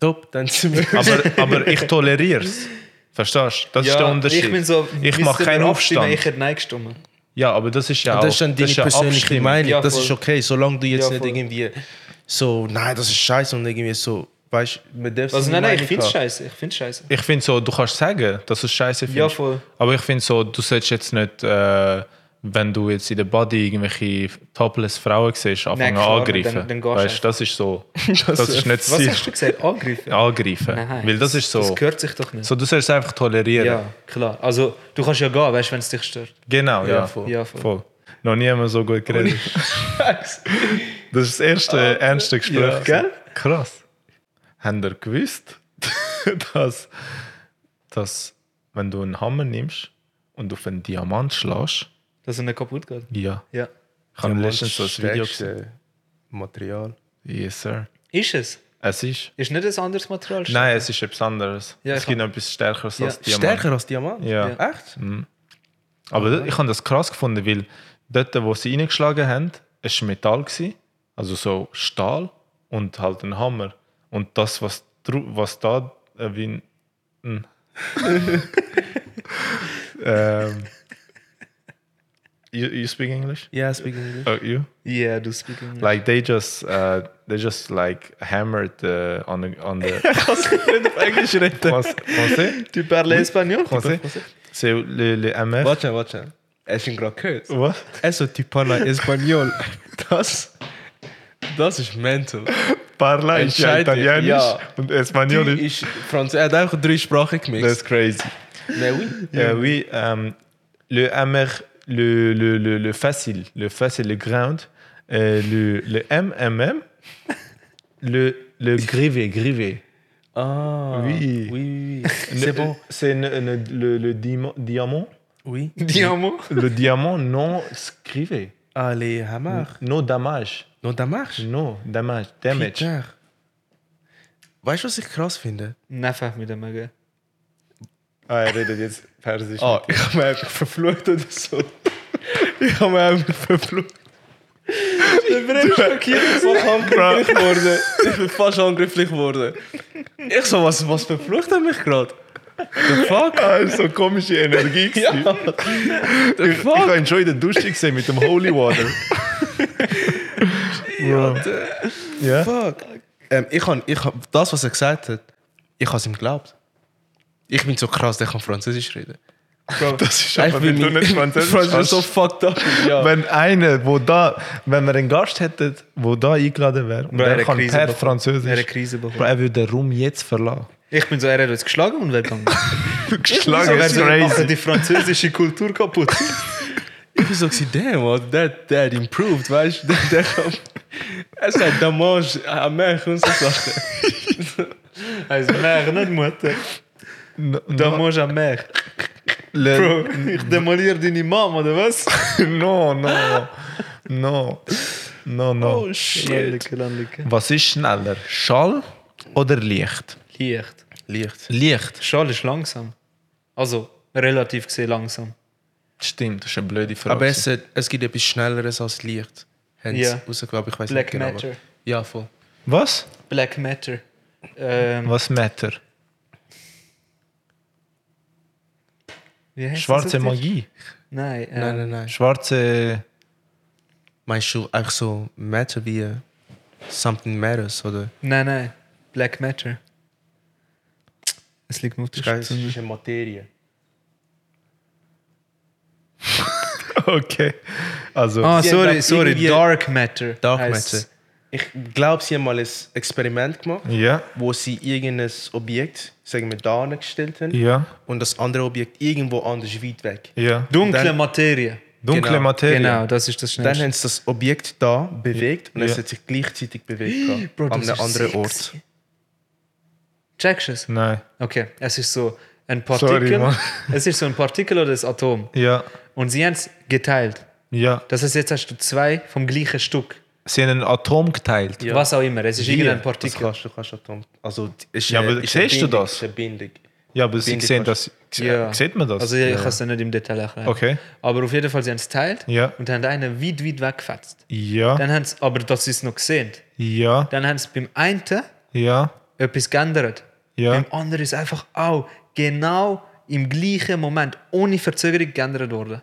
Speaker 2: Top, dann sind wir.
Speaker 3: Aber, aber ich toleriere es. Verstehst du? Das ist der Unterschied.
Speaker 1: Ich, bin so,
Speaker 3: ich
Speaker 1: müssen
Speaker 3: mache
Speaker 1: wir
Speaker 3: keinen
Speaker 1: abstimmen,
Speaker 3: Aufstand.
Speaker 1: Ich hätte Nein gestimmt.
Speaker 3: ja, aber das ist ja auch
Speaker 2: das ist dann deine
Speaker 3: ja
Speaker 2: persönliche
Speaker 3: Abstimmung.
Speaker 2: Meinung.
Speaker 1: Ja,
Speaker 2: das
Speaker 1: voll.
Speaker 2: ist okay, solange du jetzt
Speaker 1: Ja,
Speaker 2: nicht
Speaker 1: voll.
Speaker 2: irgendwie so, nein, das ist scheiße und irgendwie so, weißt du, man darf
Speaker 1: Also
Speaker 2: seine
Speaker 1: nein, nein, ich
Speaker 2: Meinung
Speaker 1: finde es
Speaker 2: haben.
Speaker 1: scheiße. Ich finde scheiße.
Speaker 3: Ich finde so, du kannst sagen, dass du es scheiße
Speaker 1: Ja,
Speaker 3: findest.
Speaker 1: voll.
Speaker 3: aber ich finde so, du solltest jetzt nicht, äh, wenn du jetzt in der Body irgendwelche topless Frauen siehst, anfangen
Speaker 1: klar,
Speaker 3: angreifen.
Speaker 1: dann- dann gehst
Speaker 3: weißt
Speaker 1: du
Speaker 3: du, das ist so. das, ist nicht
Speaker 1: Was
Speaker 3: Sinn.
Speaker 1: hast du gesagt? Angreifen?
Speaker 3: Angreifen. Weil das ist so.
Speaker 1: Das gehört sich doch nicht.
Speaker 3: so, du sollst es einfach tolerieren.
Speaker 1: ja, klar. Also du kannst ja gehen, weißt du, wenn es dich stört.
Speaker 3: Genau, ja.
Speaker 2: Ja,
Speaker 3: voll.
Speaker 2: voll.
Speaker 1: Ja, voll.
Speaker 3: Noch nie haben so gut geredet. das ist das erste ernste Gespräch.
Speaker 1: Ja. Gell?
Speaker 3: Krass. Habt ihr gewusst, dass, dass wenn du einen Hammer nimmst und auf einen Diamant schlägst,
Speaker 1: Dass er nicht kaputt geht.
Speaker 3: ja.
Speaker 1: Ja.
Speaker 3: Ich habe
Speaker 2: Diamant
Speaker 3: letztens so ein Video
Speaker 2: stärkste
Speaker 3: gesehen.
Speaker 2: Material.
Speaker 3: Yes, sir.
Speaker 1: Ist es?
Speaker 3: Es ist.
Speaker 1: Ist nicht ein anderes Material?
Speaker 3: Nein, es ist etwas anderes.
Speaker 1: Ja,
Speaker 3: es
Speaker 1: ich
Speaker 3: gibt noch etwas Stärkeres
Speaker 1: Ja.
Speaker 3: als Diamant.
Speaker 2: Stärker als Diamant?
Speaker 3: Ja. Mhm.
Speaker 1: Ja.
Speaker 2: Echt?
Speaker 3: Aber da- ich habe das krass gefunden, weil dort, wo sie reingeschlagen haben, es war Metall, gewesen, also so Stahl und halt ein Hammer. Und das, was, dru- was da äh, wie ein. ein- ähm, you, you speak English?
Speaker 2: Ja, speaking English.
Speaker 3: Oh, you?
Speaker 1: Yeah, du speak English.
Speaker 3: Like they just uh, they just like hammered uh, on the on the
Speaker 1: Kannst du nicht auf Englisch reden?
Speaker 3: Français? Français?
Speaker 1: Tu parles espagnol?
Speaker 3: Français? C'est le, le MF.
Speaker 2: Warte, warte. Hast du ihn gerade gehört?
Speaker 3: What?
Speaker 2: Also, tu parla español. Das, das ist mental.
Speaker 3: Parla ist ja
Speaker 2: Entscheidend,
Speaker 3: Italienisch
Speaker 2: ja.
Speaker 3: und
Speaker 2: Die
Speaker 3: Espanol ist.
Speaker 2: ist Französisch. Er hat einfach drei Sprachen gemixt.
Speaker 3: That's crazy.
Speaker 2: Mais Ben oui.
Speaker 3: Euh, oui, euh, le hammer, le, le, le, le facile, le facile, le ground, euh, le, le MMM, le, le grivé, grivé.
Speaker 2: Ah.
Speaker 3: Oui.
Speaker 2: Oui, oui, oui.
Speaker 3: Ne-
Speaker 2: C'est bon.
Speaker 3: C'est ne- ne- le, le dimo- diamant.
Speaker 2: Oui.
Speaker 1: Diamo?
Speaker 3: Le diamant non grivé.
Speaker 2: Ah, les hammers.
Speaker 3: No damage.
Speaker 2: No, da machst
Speaker 3: No damage. Damage.
Speaker 2: Peter. Weißt du, was ich krass finde?
Speaker 1: Nefach mit dem Magen.
Speaker 3: Ah, er redet jetzt Persisch.
Speaker 2: Ah, ich habe mich einfach verflucht oder so. Ich habe mich einfach verflucht. Ich bin echt schockiert, ich bin fast handgrifflich geworden. Ich bin fast handgrifflich geworden. Ich so, was, was verflucht hat mich gerade? The fuck?
Speaker 3: Ah, so komische Energie.
Speaker 2: Ja.
Speaker 3: gewesen.
Speaker 2: The
Speaker 3: Ich, ich habe
Speaker 2: fuck?
Speaker 3: ihn schon in der Dusche gesehen mit dem Holy Water. Bro. Ja?
Speaker 2: fuck. Ähm, ich hab, ich hab, das, was er gesagt hat, ich habe es ihm geglaubt. Ich bin so krass, der kann Französisch reden.
Speaker 3: Das ist
Speaker 2: Ich
Speaker 3: aber, wenn du
Speaker 2: bin
Speaker 3: nicht Französisch
Speaker 2: Französisch ist so
Speaker 3: kannst.
Speaker 2: fucked up. Ja.
Speaker 3: Wenn einer, wo da, wenn wir einen Gast hätten, wo da eingeladen wäre, und
Speaker 1: Bro, er
Speaker 3: der
Speaker 1: hat
Speaker 3: kann
Speaker 1: Krise
Speaker 3: per
Speaker 1: bekommen. Er hat
Speaker 3: Französisch,
Speaker 1: Krise
Speaker 3: Bro,
Speaker 1: bekommen.
Speaker 3: er würde den Raum jetzt verlassen.
Speaker 1: Ich bin so, er hat uns geschlagen und weggegangen.
Speaker 3: Geschlagen,
Speaker 1: Also, wir machen
Speaker 3: crazy.
Speaker 1: die französische Kultur kaputt.
Speaker 2: Ich bin so, gewesen, damn, man, der, der hat improved, weißt du? Der, der kann, er sagt, der Mensch, ein Mensch und so Sachen.
Speaker 1: Also, mehr, nicht Mutter. Da
Speaker 3: No,
Speaker 1: musst du mehr.
Speaker 3: le-
Speaker 1: Bro, ich demoliere deine Mama, oder was?
Speaker 3: no, no, no, no,
Speaker 2: Oh,
Speaker 3: no.
Speaker 1: Landlicke, landlicke.
Speaker 3: Was ist schneller, Schall oder Licht?
Speaker 1: Licht.
Speaker 2: Licht.
Speaker 3: Licht.
Speaker 1: Schal ist langsam. Also, relativ gesehen langsam.
Speaker 3: Stimmt, das ist eine blöde Frage.
Speaker 2: Aber es, es gibt etwas Schnelleres als Licht. Haben
Speaker 1: Ja.
Speaker 2: sie rausgegeben, ich weiß
Speaker 1: Black
Speaker 2: nicht genau. aber-
Speaker 1: Matter.
Speaker 2: Ja, voll.
Speaker 3: Was?
Speaker 1: Black Matter. Ähm,
Speaker 3: Was matter?
Speaker 1: wie heißt das
Speaker 3: Schwarze
Speaker 1: auf Deutsch?
Speaker 3: Magie.
Speaker 1: Nein, äh,
Speaker 2: Nein, nein, nein.
Speaker 3: Schwarze.
Speaker 2: Meinst du einfach so Matter wie äh, Something Matters, oder?
Speaker 1: nein, nein. Black Matter. Es liegt nur auf der
Speaker 2: Das
Speaker 1: Zunge.
Speaker 2: ist eine Materie.
Speaker 3: Okay. Also.
Speaker 1: Ah,
Speaker 2: Sie haben
Speaker 1: sorry,
Speaker 2: glaub,
Speaker 1: sorry.
Speaker 2: irgendwie-
Speaker 1: Dark Matter.
Speaker 2: Dark
Speaker 1: heisst's.
Speaker 2: Matter. Ich glaube, sie haben mal ein Experiment gemacht,
Speaker 3: Ja.
Speaker 2: wo sie irgendein Objekt, sagen wir, da gestellt haben
Speaker 3: Ja.
Speaker 2: und das andere Objekt irgendwo anders weit weg.
Speaker 3: Ja.
Speaker 1: Dunkle
Speaker 2: Dann-
Speaker 1: Materie.
Speaker 3: Dunkle
Speaker 2: Genau,
Speaker 3: Materie.
Speaker 1: Genau, das ist das
Speaker 2: Dann
Speaker 1: Schnellste.
Speaker 2: haben sie das Objekt da bewegt und es
Speaker 3: Ja.
Speaker 2: hat sich gleichzeitig bewegt. gehabt,
Speaker 1: Bro,
Speaker 2: an
Speaker 1: das
Speaker 2: einem
Speaker 1: ist
Speaker 2: Hm. anderen
Speaker 1: sexy.
Speaker 2: Ort.
Speaker 1: Checkst du es?
Speaker 3: Nein.
Speaker 1: Okay, es ist so, ein Partikel.
Speaker 3: Sorry, Mann.
Speaker 1: es ist so ein Partikel oder das Atom.
Speaker 3: Ja,
Speaker 1: Und sie haben es geteilt.
Speaker 3: ja.
Speaker 1: Das heißt, jetzt hast du zwei vom gleichen Stück.
Speaker 3: Sie haben ein Atom geteilt.
Speaker 1: Was auch immer. Es ist irgendein
Speaker 2: Das
Speaker 1: Partikel.
Speaker 2: kannst du, kannst du Atom. Also, die- ist
Speaker 3: Ja,
Speaker 2: eine-
Speaker 3: aber
Speaker 2: ist eine
Speaker 3: siehst du
Speaker 2: Bindung,
Speaker 3: das?
Speaker 2: Ist eine Bindung.
Speaker 3: Ja, aber Sie
Speaker 2: Bin ich
Speaker 3: sehen das.
Speaker 2: fast-
Speaker 1: Ja.
Speaker 3: Sieht man das?
Speaker 1: Also ich kann es dir nicht im Detail erklären.
Speaker 3: Okay.
Speaker 1: Aber auf jeden Fall, sie haben es geteilt
Speaker 3: Ja. Ah.
Speaker 1: und haben einen weit, weit weggefetzt.
Speaker 3: ja,
Speaker 1: Dann haben sie, aber dass sie es noch gesehen.
Speaker 3: ja,
Speaker 1: Dann haben sie beim einen
Speaker 3: ja,
Speaker 1: etwas geändert.
Speaker 3: Ja.
Speaker 1: Beim anderen ist einfach auch genau im gleichen Moment, ohne Verzögerung geändert worden.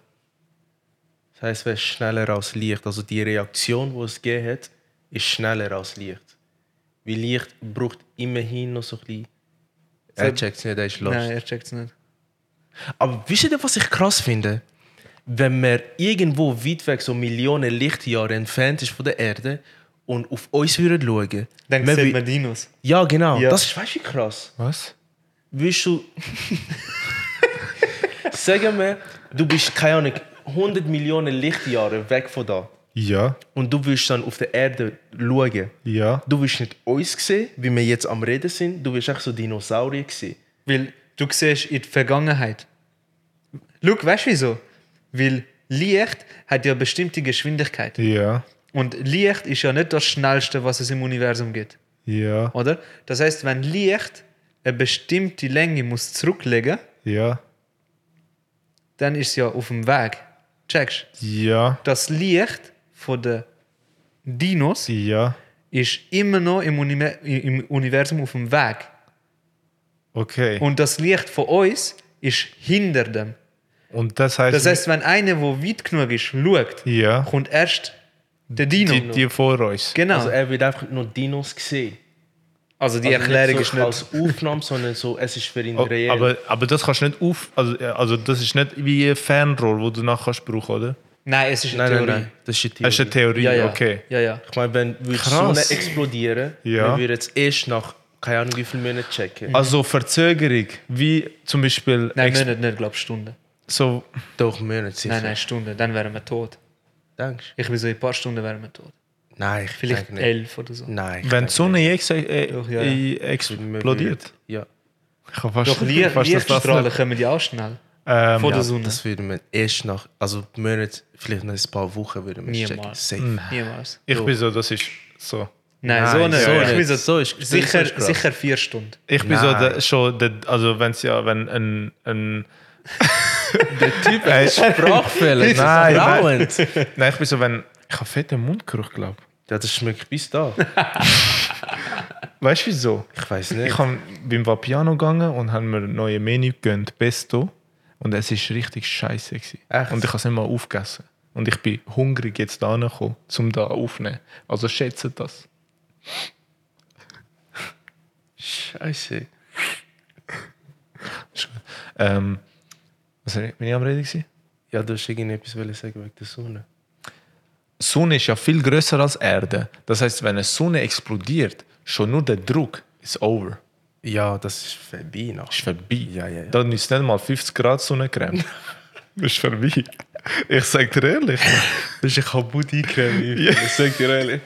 Speaker 2: Das heisst, es ist schneller als Licht. Also die Reaktion, die es gegeben hat, ist schneller als Licht. Weil Licht braucht immerhin noch so ein bisschen... Er checkt es nicht, er ist lost.
Speaker 1: Nein, er checkt es nicht.
Speaker 2: Aber wisst ihr, was ich krass finde? Wenn man irgendwo weit weg, so Millionen Lichtjahre entfernt ist von der Erde und auf uns würden schauen.
Speaker 1: Dann
Speaker 2: man
Speaker 1: sieht
Speaker 2: wü-
Speaker 1: man Dinos.
Speaker 2: Ja, genau.
Speaker 1: Ja.
Speaker 2: Das ist, weißt du, wie krass.
Speaker 3: Was?
Speaker 2: Willst du. Sagen wir, du bist, keine Ahnung, 100 Millionen Lichtjahre weg von da.
Speaker 3: Ja,
Speaker 2: Und du willst dann auf der Erde schauen.
Speaker 3: ja,
Speaker 2: Du willst nicht uns sehen, wie wir jetzt am Reden sind. Du willst echt so Dinosaurier sehen.
Speaker 1: Weil du siehst in der Vergangenheit. Schau, weißt du wieso? Weil Licht hat ja bestimmte Geschwindigkeit.
Speaker 3: ja,
Speaker 1: Und Licht ist ja nicht das Schnellste, was es im Universum gibt.
Speaker 3: ja,
Speaker 1: Oder? Das heißt, wenn Licht eine bestimmte Länge muss zurücklegen
Speaker 3: ja,
Speaker 1: dann ist es ja auf dem Weg. Checkst
Speaker 3: ja,
Speaker 1: Das Licht von den Dinos
Speaker 3: ja.
Speaker 1: ist immer noch im, Uni im Universum auf dem Weg.
Speaker 3: Okay. Und,
Speaker 1: Und das Licht von uns ist hinter dem.
Speaker 3: das heißt,
Speaker 1: Das heißt, wenn einer, der weit genug ist, schaut,
Speaker 3: ja,
Speaker 1: kommt erst der Dino.
Speaker 3: die, die vor uns.
Speaker 1: Genau.
Speaker 2: Also
Speaker 1: Also,
Speaker 2: er wird einfach nur Dinos sehen. Also
Speaker 1: die Erklärung
Speaker 2: nicht
Speaker 1: ist
Speaker 2: so
Speaker 1: nicht.
Speaker 2: als Aufnahme, sondern so, es ist für ihn
Speaker 3: Oh,
Speaker 2: real.
Speaker 3: aber, aber das kannst du nicht auf. Also, äh, also das ist nicht wie ein Fernrohr, wo du nachher kannst brauchen, oder?
Speaker 1: nein, es ist eine
Speaker 2: nein, nein,
Speaker 1: Theorie.
Speaker 2: nein, das ist die Theorie.
Speaker 3: Das ist eine Theorie,
Speaker 1: Ja, ja.
Speaker 3: okay.
Speaker 1: Ja, ja.
Speaker 2: ich meine, wenn würde die Sonne
Speaker 3: Krass.
Speaker 2: explodieren,
Speaker 3: Ja.
Speaker 2: wir würden es erst nach, keine Ahnung wie viele Monaten checken.
Speaker 3: Also Verzögerung, wie zum Beispiel.
Speaker 1: Mhm. Nein,
Speaker 3: Ex-
Speaker 1: Monate nicht, glaube ich, Stunden.
Speaker 3: so,
Speaker 2: Doch, Monate sicher.
Speaker 1: Nein, nein, Stunden. Dann wären wir tot.
Speaker 2: Denkst
Speaker 1: Ich bin so in ein paar Stunden wären wir tot.
Speaker 2: du? Nein, ich
Speaker 1: Vielleicht
Speaker 2: denke nicht.
Speaker 1: elf oder so.
Speaker 2: Nein.
Speaker 3: wenn
Speaker 2: ich
Speaker 3: die
Speaker 2: denke
Speaker 3: Sonne ex äh,
Speaker 1: Doch, ja,
Speaker 3: äh,
Speaker 2: nicht.
Speaker 3: explodiert.
Speaker 2: Ja,
Speaker 3: Ich habe fast,
Speaker 1: Doch Licht,
Speaker 3: fast dass das
Speaker 1: Lichtstrahlen
Speaker 3: nicht-
Speaker 1: kommen ja auch schnell.
Speaker 3: Ähm,
Speaker 1: Von der
Speaker 2: ja
Speaker 1: Sonne.
Speaker 2: das würden wir erst nach, also Monate, vielleicht nach ein paar Wochen würden wir es checken.
Speaker 1: Niemals.
Speaker 2: Safe.
Speaker 1: Niemals.
Speaker 3: ich bin so, das ist so.
Speaker 1: Nein, so
Speaker 2: Nein,
Speaker 1: nicht.
Speaker 2: so
Speaker 1: ich
Speaker 2: nicht.
Speaker 1: bin so,
Speaker 2: So ist- so ist
Speaker 1: sicher,
Speaker 2: krass.
Speaker 1: sicher vier Stunden.
Speaker 3: Ich bin so
Speaker 2: Nein.
Speaker 3: der, schon der, also wenn es ja, wenn ein, ein der Typ
Speaker 2: Sprachfehler,
Speaker 3: Nein,
Speaker 2: nein.
Speaker 3: Nein, ich bin so, wenn ich habe fetten Mundgeruch, glaube.
Speaker 2: Ja, das schmeckt bis da.
Speaker 3: Weißt du wieso?
Speaker 2: Ich weiß
Speaker 3: Ich
Speaker 2: nicht.
Speaker 3: hab, bin war Piano gegangen und habe mir ein neues Menü gegönnt, Pesto. Und es ist richtig scheiße. Gewesen.
Speaker 2: Echt?
Speaker 3: Und ich habe es nicht mal aufgegessen. Und ich bin hungrig jetzt da gekommen, um da aufzunehmen. Also schätze das.
Speaker 2: Scheiße.
Speaker 3: Ähm, was hab ich- bin ich am Reden? Gewesen?
Speaker 2: Ja, du hast irgendetwas wollen sagen wegen der Sonne.
Speaker 3: Sonne ist ja viel größer als Erde. Das heißt, wenn eine Sonne explodiert, schon nur der Druck ist over.
Speaker 2: Ja, das ist vorbei nach.
Speaker 3: Ist vorbei.
Speaker 2: Ja, ja, ja.
Speaker 3: Dann ist nicht mal 50 Grad Sonnencreme. ist vorbei. Ich sag dir ehrlich.
Speaker 2: Das ist eine kaputte Creme.
Speaker 3: Ja.
Speaker 2: Ich sag dir ehrlich.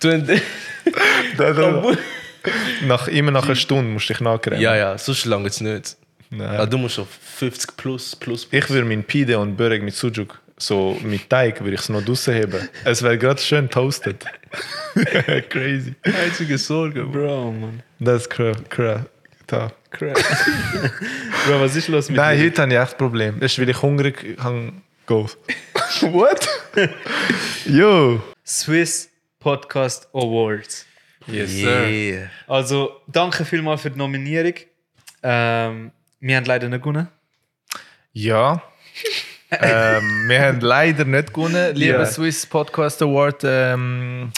Speaker 2: Du-
Speaker 3: Da, da. Nach, immer nach einer Stunde musst du dich nachcremen.
Speaker 2: ja, ja, sonst lange es nicht.
Speaker 3: Nein.
Speaker 2: Ja. Du musst auf 50 plus, plus, plus.
Speaker 3: Ich würde meinen Pide und Börek mit Sujuk, so mit Teig, würde ich es noch draussen heben. Es wäre gerade schön toasted. Crazy.
Speaker 2: einzige Sorge, Bro.
Speaker 1: Bro, Mann.
Speaker 3: Das ist cra cra tough.
Speaker 1: Bro, was ist los mit
Speaker 3: Nein,
Speaker 1: dir?
Speaker 3: heute habe ich echt ein Problem. Das ist, weil ich hungrig habe. Go. What? Yo.
Speaker 1: Swiss Podcast Awards.
Speaker 3: Yes,
Speaker 2: Yeah.
Speaker 1: Also, danke vielmals für die Nominierung. Ähm, wir haben leider nicht gewonnen.
Speaker 3: Ja. ähm, wir haben leider nicht gewonnen. Lieber
Speaker 1: Ja.
Speaker 3: Swiss Podcast Award. Ähm,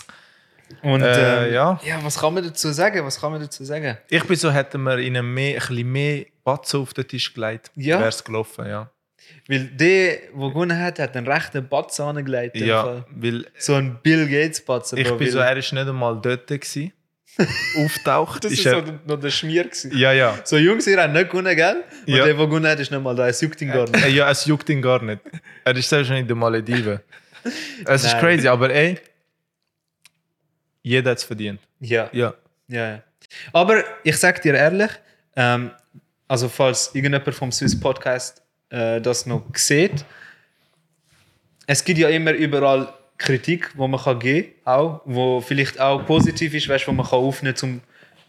Speaker 1: Und
Speaker 3: Äh,
Speaker 1: ähm,
Speaker 3: ja.
Speaker 1: ja, was kann man dazu sagen? Was kann man dazu sagen?
Speaker 3: ich bin so, hätten wir ihnen mehr, ein bisschen mehr Batzen auf den Tisch gelegt,
Speaker 1: Ja.
Speaker 3: wäre es gelaufen. Ja,
Speaker 1: Weil der, der gewonnen hat, hat einen rechten Batzen angelegt. im
Speaker 3: ja
Speaker 1: Fall.
Speaker 3: weil
Speaker 1: So ein Bill Gates Batzen.
Speaker 3: ich
Speaker 1: Bro,
Speaker 3: bin
Speaker 1: weil-
Speaker 3: so, er ist nicht einmal dort. Gewesen. Auftaucht.
Speaker 1: Das
Speaker 3: ist
Speaker 1: ist
Speaker 3: er,
Speaker 1: so noch der Schmier. Gewesen.
Speaker 3: ja, ja.
Speaker 1: So, Jungs, ihr habt nicht gewonnen, gell? Und
Speaker 3: Ja.
Speaker 1: der, der gewonnen hat, ist nicht mal da. Es juckt ihn gar nicht.
Speaker 3: Äh, ja, es juckt ihn gar nicht. Er ist selbst nicht in den Malediven. Es ist
Speaker 1: Nein.
Speaker 3: crazy, aber ey, jeder hat es verdient.
Speaker 1: Ja.
Speaker 3: Ja.
Speaker 1: Ja, ja. Aber ich sag dir ehrlich, ähm, also falls irgendjemand vom Swiss Podcast äh, das noch sieht, es gibt ja immer überall Kritik, wo man kann geben kann, auch, wo vielleicht auch positiv ist, weißt, wo man kann aufnehmen kann, um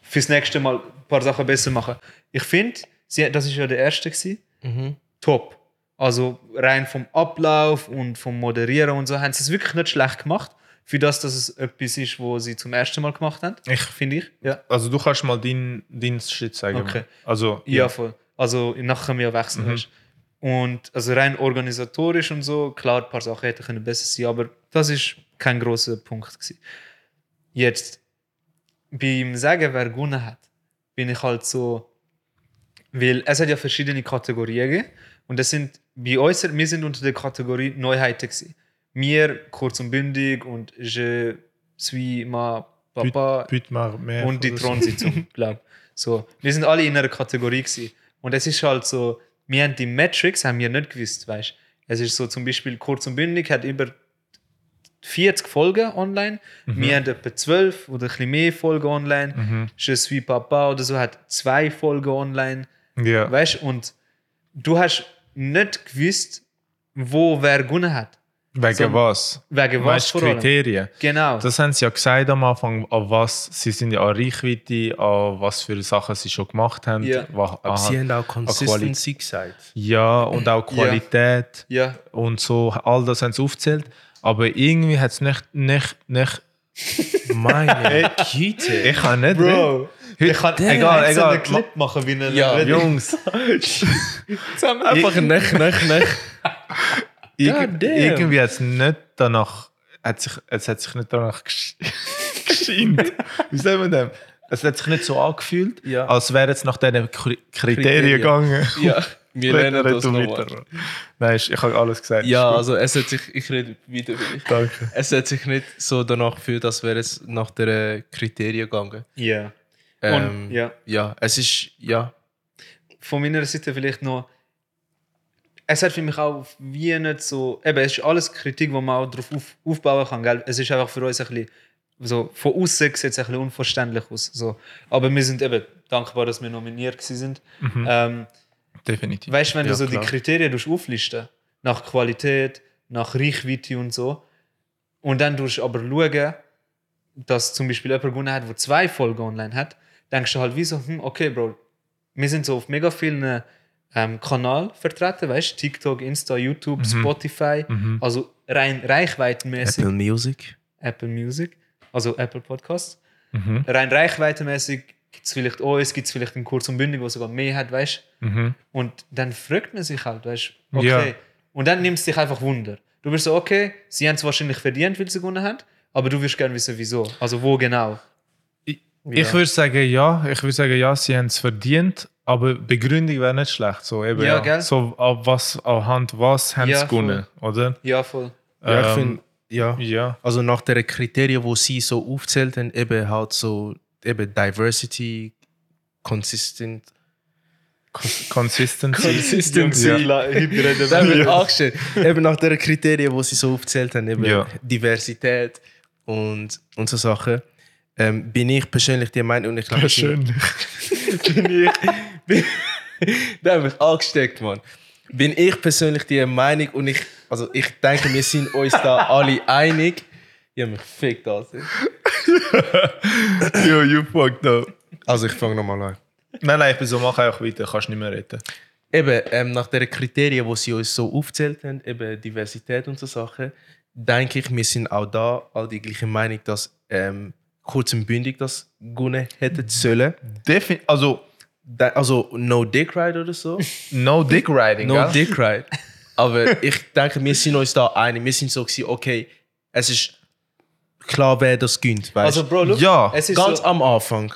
Speaker 1: fürs nächste Mal ein paar Sachen besser machen. Ich finde, sie- das ist ja der erste, gewesen,
Speaker 2: Mhm.
Speaker 1: top. Also rein vom Ablauf und vom Moderieren und so haben sie es wirklich nicht schlecht gemacht, für das, dass es etwas ist, wo sie zum ersten Mal gemacht haben.
Speaker 3: Ich-
Speaker 1: finde ich. Ja.
Speaker 3: Also du kannst mal deinen dein Shit sagen.
Speaker 1: Okay.
Speaker 3: Also
Speaker 1: Ja, voll. Also nachher können wir ja wechseln. weißt. Und also rein organisatorisch und so, klar, ein paar Sachen hätten können besser sein, aber das ist kein großer Punkt. Gewesen. Jetzt, beim Sagen, wer gewonnen hat, bin ich halt so, weil es hat ja verschiedene Kategorien gegeben und das sind, bei uns, wir sind unter der Kategorie Neuheiten gewesen. Wir, kurz und bündig und je suis ma papa
Speaker 3: Bitte mal mehr.
Speaker 1: und die
Speaker 3: oder so.
Speaker 1: Thronsitzung, glaube so. Wir sind alle in einer Kategorie gewesen. Und es ist halt so, wir haben die Metrics haben wir nicht gewusst, weißt Es ist so zum Beispiel kurz und bündig, hat über 40 Folgen online.
Speaker 3: Mhm.
Speaker 1: Wir haben etwa 12 oder ein bisschen mehr Folgen online. Je suis Papa oder so hat zwei Folgen online.
Speaker 3: Ja.
Speaker 1: Weißt und du hast nicht gewusst, wo wer gewonnen hat.
Speaker 3: Wegen
Speaker 1: so-
Speaker 3: was?
Speaker 1: Wegen was
Speaker 3: Weißt du,
Speaker 1: vor allem.
Speaker 3: Kriterien.
Speaker 1: Genau.
Speaker 3: Das haben sie ja gesagt am Anfang, an was sie sind ja an Reichweite, an was für Sachen sie schon gemacht haben.
Speaker 1: Ja.
Speaker 3: wa-
Speaker 2: Aber
Speaker 3: aha.
Speaker 2: sie haben auch Consistency gesagt.
Speaker 3: ja und auch Qualität
Speaker 1: ja.
Speaker 3: und so, all das haben sie aufgezählt. Aber irgendwie hat es nicht, nicht, nicht.
Speaker 2: Meine Güte.
Speaker 3: Ich kann nicht. reden.
Speaker 1: Bro,
Speaker 3: Heute-
Speaker 1: ich kann
Speaker 3: Der
Speaker 1: egal,
Speaker 3: hat so
Speaker 1: egal.
Speaker 3: einen Clip
Speaker 1: machen, wie eine
Speaker 2: Ja,
Speaker 1: Rede-
Speaker 3: Jungs,
Speaker 1: Zusammen-
Speaker 2: Einfach ne? nicht, nicht, nicht.
Speaker 3: irg
Speaker 2: God damn.
Speaker 3: irgendwie hat es nicht danach. Hat sich, es hat sich nicht danach gesch- geschient. Wie sagen wir dem? Es hat sich nicht so angefühlt,
Speaker 2: Ja.
Speaker 3: als wäre es nach diesen Kri- Kriterien
Speaker 2: Kriterien.
Speaker 3: gegangen.
Speaker 2: Ja, wir lernen das nochmal.
Speaker 3: Nein, ich ich habe alles gesagt.
Speaker 2: Ja,
Speaker 3: Ist
Speaker 2: also es hat sich, ich rede wieder für dich.
Speaker 3: gut, danke.
Speaker 2: Es hat sich nicht so danach gefühlt, als wäre es nach der Kriterien gegangen.
Speaker 1: Ja.
Speaker 2: Ähm,
Speaker 1: Und, ja.
Speaker 2: Ja, es ist, ja.
Speaker 1: Von meiner Seite vielleicht noch. Es hat für mich auch wie nicht so. Eben, es ist alles Kritik, wo man auch darauf auf, aufbauen kann. Gell? Es ist einfach für uns ein bisschen. So, von außen sieht es ein bisschen unverständlich aus. So. Aber wir sind eben dankbar, dass wir nominiert gewesen sind.
Speaker 3: Mhm.
Speaker 1: Ähm,
Speaker 3: Definitiv.
Speaker 1: Weißt du, wenn
Speaker 2: Ja,
Speaker 1: du so
Speaker 2: klar.
Speaker 1: die Kriterien tust auflisten nach Qualität, nach Reichweite und so, und dann tust aber schauen, dass zum Beispiel jemand gewonnen hat, der zwei Folgen online hat, denkst du halt wie so, hm, okay, Bro, wir sind so auf mega vielen ähm, Kanälen vertreten, weißt du, TikTok, Insta, YouTube,
Speaker 2: Mhm.
Speaker 1: Spotify,
Speaker 3: Mhm.
Speaker 1: also rein reichweitenmäßig, Apple.
Speaker 2: Music.
Speaker 1: Music, also Apple Podcasts.
Speaker 3: Mhm.
Speaker 1: Rein reichweitenmäßig gibt es vielleicht uns, gibt es vielleicht einen Kurz und Bündig, der sogar mehr hat, weißt du.
Speaker 3: Mhm.
Speaker 1: Und dann fragt man sich halt, weißt du,
Speaker 3: Ja.
Speaker 1: okay. Und dann nimmst du dich einfach Wunder. Du bist so, okay, sie haben es wahrscheinlich verdient, weil sie gewonnen haben, aber du wirst gerne wissen, wieso. Also wo genau.
Speaker 3: Ich würde sagen, ja. Ich würde sagen, ja, sie haben es verdient, aber Begründung wäre nicht schlecht. So, eben,
Speaker 1: Ja, gell?
Speaker 3: so ab was, anhand was haben
Speaker 1: Ja,
Speaker 3: sie gewonnen, oder?
Speaker 1: Ja, voll.
Speaker 2: Ja, ich
Speaker 3: Ähm,
Speaker 2: finde, ja.
Speaker 3: Ja.
Speaker 2: Also nach der Kriterien, wo sie so aufzählt haben, eben halt so, eben Diversity, Consistent.
Speaker 3: Consistency.
Speaker 2: Consistency. Da wird angestellt. Eben nach der Kriterien, die sie so aufgezählt haben, eben
Speaker 3: Ja.
Speaker 2: Diversität und, und so Sachen, ähm, bin ich persönlich der Meinung, und ich glaube, bin ich. Bin, der hat mich angesteckt, Mann. Bin ich persönlich die Meinung und ich, also ich denke, wir sind uns da alle einig. Ich habe mich gefickt, Alter.
Speaker 3: Yo, you fucked up.
Speaker 2: Also ich fange nochmal an.
Speaker 3: Nein, nein, ich bin so, mach einfach weiter, kannst nicht mehr reden.
Speaker 2: Eben, ähm, nach den Kriterien, die sie uns so aufgezählt haben, eben Diversität und so Sachen, denke ich, wir sind auch da all die gleiche Meinung, dass ähm, kurz und bündig das gewonnen
Speaker 1: Mhm.
Speaker 2: hätten sollen.
Speaker 3: Defin also,
Speaker 2: Da, also no dick ride oder so.
Speaker 3: no dick riding,
Speaker 2: No
Speaker 3: gell?
Speaker 2: dick ride. Aber ich denke, wir sind uns da einig. Wir sind so gewesen, okay, es ist klar, wer das gönnt, weißt
Speaker 1: Also, Bro, look,
Speaker 3: Ja,
Speaker 1: es ist
Speaker 2: Ganz
Speaker 1: so,
Speaker 2: am Anfang.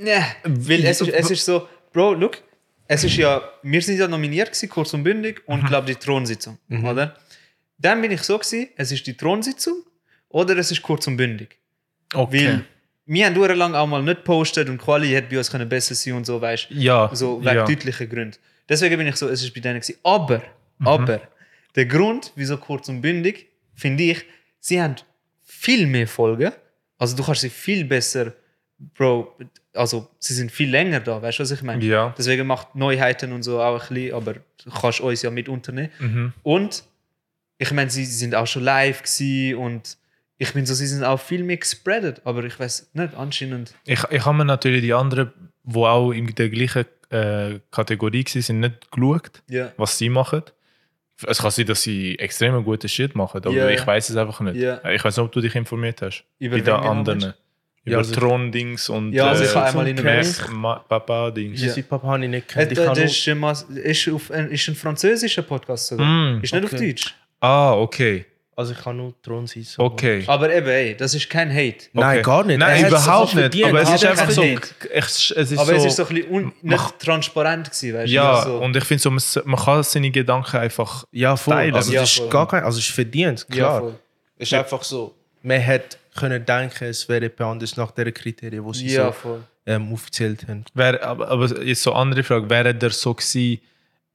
Speaker 1: Nee, weil es ist, es ist so, Bro, look, es ist ja, wir sind ja nominiert gewesen, kurz und bündig,
Speaker 3: Mhm.
Speaker 1: und glaube die Thronsitzung, oder? Dann bin ich so gewesen, es ist die Thronsitzung oder es ist kurz und bündig. Weil wir haben durchlang auch mal nicht postet und Quali hätte bei uns können besser sein und so, weißt du.
Speaker 3: Ja,
Speaker 1: So wegen
Speaker 3: ja.
Speaker 1: deutlichen Gründen. Deswegen bin ich so, es ist bei denen gewesen. Aber,
Speaker 3: Mhm.
Speaker 1: aber, der Grund, wieso kurz und bündig, finde ich, sie haben viel mehr Folgen. Also du kannst sie viel besser Bro, also sie sind viel länger da, weißt du, was ich meine?
Speaker 3: Ja.
Speaker 1: Deswegen macht Neuheiten und so auch ein bisschen, aber du kannst uns ja mit unternehmen.
Speaker 3: Mhm.
Speaker 1: Und ich meine, sie, sie sind auch schon live gsi und ich bin so, sie sind auch viel mehr gespreadet, aber ich weiß nicht, anscheinend.
Speaker 3: Ich, ich habe mir natürlich die anderen, die auch in der gleichen äh, Kategorie waren, nicht geschaut,
Speaker 1: Ja.
Speaker 3: was sie machen. Es kann sein, dass sie extrem guten Shit machen, aber
Speaker 1: Ja.
Speaker 3: ich weiß es einfach nicht.
Speaker 1: Ja.
Speaker 3: Ich weiß nicht, ob du dich informiert hast.
Speaker 1: Über
Speaker 3: Bei den
Speaker 1: wen genau,
Speaker 3: anderen.
Speaker 1: meinst
Speaker 3: Über
Speaker 2: Ja, also-
Speaker 3: Tron-Dings und
Speaker 1: Ja, also
Speaker 2: Äh,
Speaker 1: ich habe einmal in
Speaker 2: zum
Speaker 1: einem
Speaker 2: Crash.
Speaker 1: Mess.
Speaker 3: Mac- Ma- Papa-Dings.
Speaker 1: Ja.
Speaker 2: Sein Papa habe ich nicht
Speaker 1: Äh,
Speaker 2: gekannt. Ich
Speaker 1: da-
Speaker 2: habe
Speaker 1: Das
Speaker 2: nur-
Speaker 1: ist, ein Mas- ist, auf, ein- ist ein französischer Podcast sogar.
Speaker 3: Mm,
Speaker 1: Ist nicht auf
Speaker 2: okay.
Speaker 1: Deutsch.
Speaker 3: Ah, okay.
Speaker 2: also ich kann nur Thron sein. so.
Speaker 3: Okay.
Speaker 1: Aber eben, ey, das ist kein Hate.
Speaker 2: Nein,
Speaker 3: Okay.
Speaker 2: gar nicht. Er
Speaker 3: Nein,
Speaker 2: hat's
Speaker 3: überhaupt
Speaker 2: sich
Speaker 3: nicht.
Speaker 2: verdient.
Speaker 3: Aber es
Speaker 1: Er
Speaker 3: ist
Speaker 1: hat
Speaker 3: einfach
Speaker 1: es
Speaker 3: so.
Speaker 1: verdient.
Speaker 3: Es, es ist
Speaker 1: Aber
Speaker 3: so
Speaker 1: es ist so ein bisschen un,
Speaker 3: Mach-
Speaker 1: nicht transparent gewesen, weißt du?
Speaker 3: ja,
Speaker 1: Also,
Speaker 3: und ich finde so, man s- man kann seine Gedanken einfach.
Speaker 2: Ja, voll.
Speaker 3: Teilen.
Speaker 2: Also,
Speaker 1: Ja,
Speaker 2: das
Speaker 1: voll.
Speaker 2: ist gar kein, also, es ist verdient,
Speaker 1: ja,
Speaker 2: klar.
Speaker 1: voll.
Speaker 2: Es ist einfach so. Man hätte können denken, es wäre jemand anders nach den Kriterien, die sie
Speaker 1: Ja,
Speaker 2: so,
Speaker 1: voll.
Speaker 2: ähm, aufgezählt haben.
Speaker 3: Wär, aber, aber jetzt so eine andere Frage, wäre der so gewesen,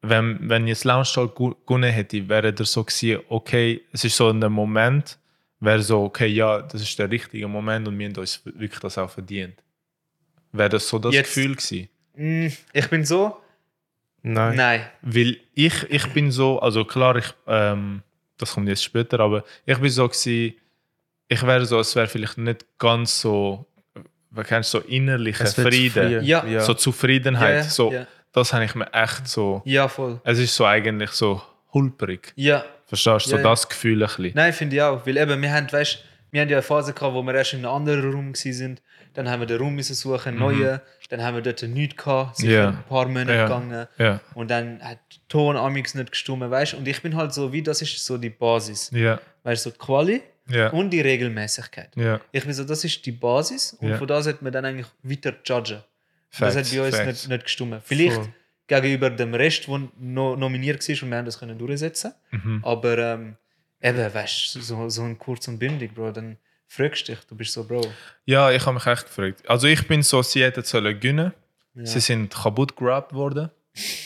Speaker 3: wenn, wenn jetzt Launchstall gewonnen hätte, wäre der so gewesen, okay, es ist so ein Moment, wäre so, okay, ja, das ist der richtige Moment und wir haben uns wirklich das auch verdient. Wäre das so das
Speaker 1: Jetzt-
Speaker 3: Gefühl gewesen?
Speaker 1: Mm, Ich bin so.
Speaker 2: Nein.
Speaker 1: Nein.
Speaker 3: Weil ich, ich bin so, also klar, ich, ähm, das kommt jetzt später, aber ich bin so gewesen, ich wäre so, es wäre vielleicht nicht ganz so, man kennt so innerlicher
Speaker 2: Es wird
Speaker 3: Frieden,
Speaker 2: frieren.
Speaker 1: Ja.
Speaker 3: so Zufriedenheit,
Speaker 1: Ja, ja,
Speaker 3: so,
Speaker 1: ja.
Speaker 3: das habe ich mir echt so,
Speaker 1: Ja, voll.
Speaker 3: es ist so eigentlich so hulperig,
Speaker 1: Ja.
Speaker 3: verstehst du, so
Speaker 1: Ja, ja.
Speaker 3: das Gefühl ein bisschen.
Speaker 1: Nein, finde ich auch. Weil eben, wir haben, weißt, wir haben ja eine Phase gehabt, wo wir erst in einem anderen Raum waren. Dann haben wir den Raum müssen suchen, einen neuen. Dann haben wir dort nichts gehabt. Sicher
Speaker 3: Mhm. Ja.
Speaker 1: ein paar Monate
Speaker 3: Ja.
Speaker 1: gegangen.
Speaker 3: Ja,
Speaker 1: Und dann hat der Ton amix nicht gestimmt, weißt Und ich bin halt so, wie das ist so die Basis.
Speaker 3: ja,
Speaker 1: Weißt du, so die Quali
Speaker 3: ja,
Speaker 1: und die Regelmäßigkeit.
Speaker 3: ja.
Speaker 1: Ich bin so, das ist die Basis und
Speaker 3: Ja.
Speaker 1: von da sollte man dann eigentlich weiter judgen.
Speaker 3: Facts,
Speaker 1: das hat bei uns
Speaker 3: facts.
Speaker 1: nicht, nicht gestimmt. Vielleicht
Speaker 2: Voll.
Speaker 1: gegenüber dem Rest, der no, nominiert war und wir haben das können durchsetzen
Speaker 3: Mhm.
Speaker 1: Aber ähm, eben, weißt du, so, so ein kurz und bündig, Bro, dann fragst du dich, du bist so, Bro.
Speaker 3: Ja, ich habe mich echt gefragt. Also ich bin so, sie hätten sollen gewinnen,
Speaker 1: Ja.
Speaker 3: sie sind kaputt gerappt worden.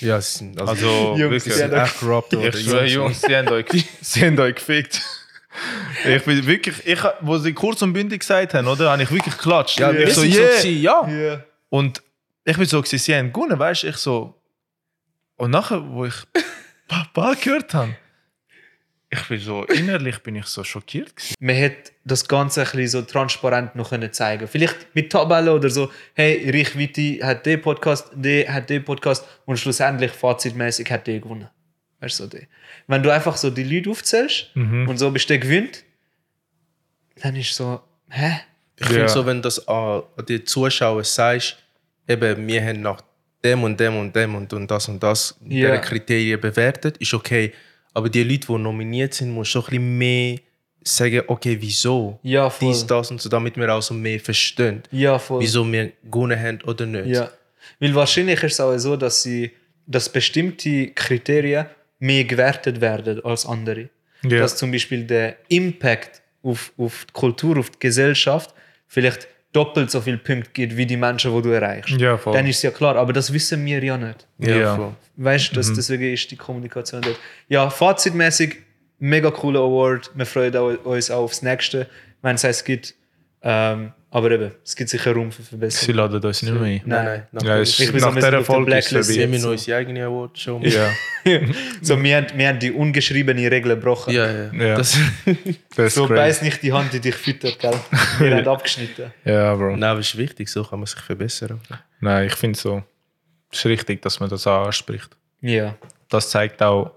Speaker 2: Ja, es sind, also,
Speaker 3: Also
Speaker 1: Jungs,
Speaker 3: wirklich.
Speaker 1: sie
Speaker 2: es
Speaker 1: haben
Speaker 2: sind echt gerappt worden.
Speaker 3: Ich schwöre, Jungs, sie haben euch, sie haben euch gefickt. Ich bin wirklich, ich, hab- wo sie kurz und bündig gesagt haben, oder? Habe ich wirklich geklatscht.
Speaker 2: Ja, wir
Speaker 3: ich so,
Speaker 2: sind so
Speaker 3: yeah.
Speaker 2: gewesen, ja.
Speaker 1: Ja.
Speaker 3: Und ich bin so, gewesen, sie haben gewonnen, weißt du? Ich so. Und nachher, wo ich Papa gehört habe, ich bin so, innerlich bin ich so schockiert. Gewesen.
Speaker 1: Man hätte das Ganze ein bisschen so transparent noch können zeigen Vielleicht mit Tabellen oder so, hey, Reichweite hat den Podcast, der hat den Podcast und schlussendlich fazitmäßig hat der gewonnen. Weißt du, so der. Wenn du einfach so die Leute aufzählst und so bist der gewinnt, dann ist so, hä?
Speaker 2: Ich finde
Speaker 3: Ja.
Speaker 2: so, wenn du das an die Zuschauer sagst, eben, wir haben nach dem und dem und dem und, und das und das
Speaker 1: Ja.
Speaker 2: yeah. Kriterien bewertet, ist okay. Aber die Leute, die nominiert sind, musst du schon ein bisschen mehr sagen, okay, wieso?
Speaker 1: Ja, voll.
Speaker 2: Dies, das und so, damit wir auch so mehr verstehen,
Speaker 1: Ja, voll.
Speaker 2: wieso wir gewonnen haben oder nicht.
Speaker 1: Ja. Weil wahrscheinlich ist es auch so, dass, sie, dass bestimmte Kriterien mehr gewertet werden als andere.
Speaker 3: Ja.
Speaker 1: Dass zum Beispiel der Impact auf, auf die Kultur, auf die Gesellschaft vielleicht doppelt so viele Punkte gibt, wie die Menschen, die du erreichst.
Speaker 3: Ja, voll.
Speaker 1: Dann ist es ja klar, aber das wissen wir ja nicht.
Speaker 3: Ja. Mhm.
Speaker 2: voll.
Speaker 1: Weißt du, das- deswegen ist die Kommunikation dort. Ja, fazitmäßig, mega cooler Award. Wir freuen au- uns auch aufs nächste, wenn es eins gibt. Ähm, aber eben, es gibt sicher Raum für
Speaker 3: Sie
Speaker 1: Verbesserung.
Speaker 3: laden uns nicht mehr ein.
Speaker 1: Nein.
Speaker 2: Nein, nein.
Speaker 3: Ja, ist,
Speaker 2: natürlich.
Speaker 1: Ich bin so
Speaker 3: nach
Speaker 1: ein bisschen
Speaker 3: dieser
Speaker 1: auf der
Speaker 3: Folge ist es
Speaker 1: Blacklist.
Speaker 2: wir
Speaker 3: vorbei.
Speaker 2: haben unsere eigene Awardshow.
Speaker 3: Ja,
Speaker 1: So, wir, haben- wir haben die ungeschriebene Regel gebrochen.
Speaker 2: Ja, ja.
Speaker 3: Ja.
Speaker 2: Das,
Speaker 3: das
Speaker 1: So
Speaker 3: ist crazy.
Speaker 1: beiß nicht die Hand, die dich füttert, gell? Wir haben abgeschnitten.
Speaker 3: Ja, Bro.
Speaker 2: nein, aber es ist wichtig, so kann man sich verbessern.
Speaker 3: Nein, ich finde so, es ist richtig, dass man das auch anspricht.
Speaker 1: Ja.
Speaker 3: Das zeigt auch,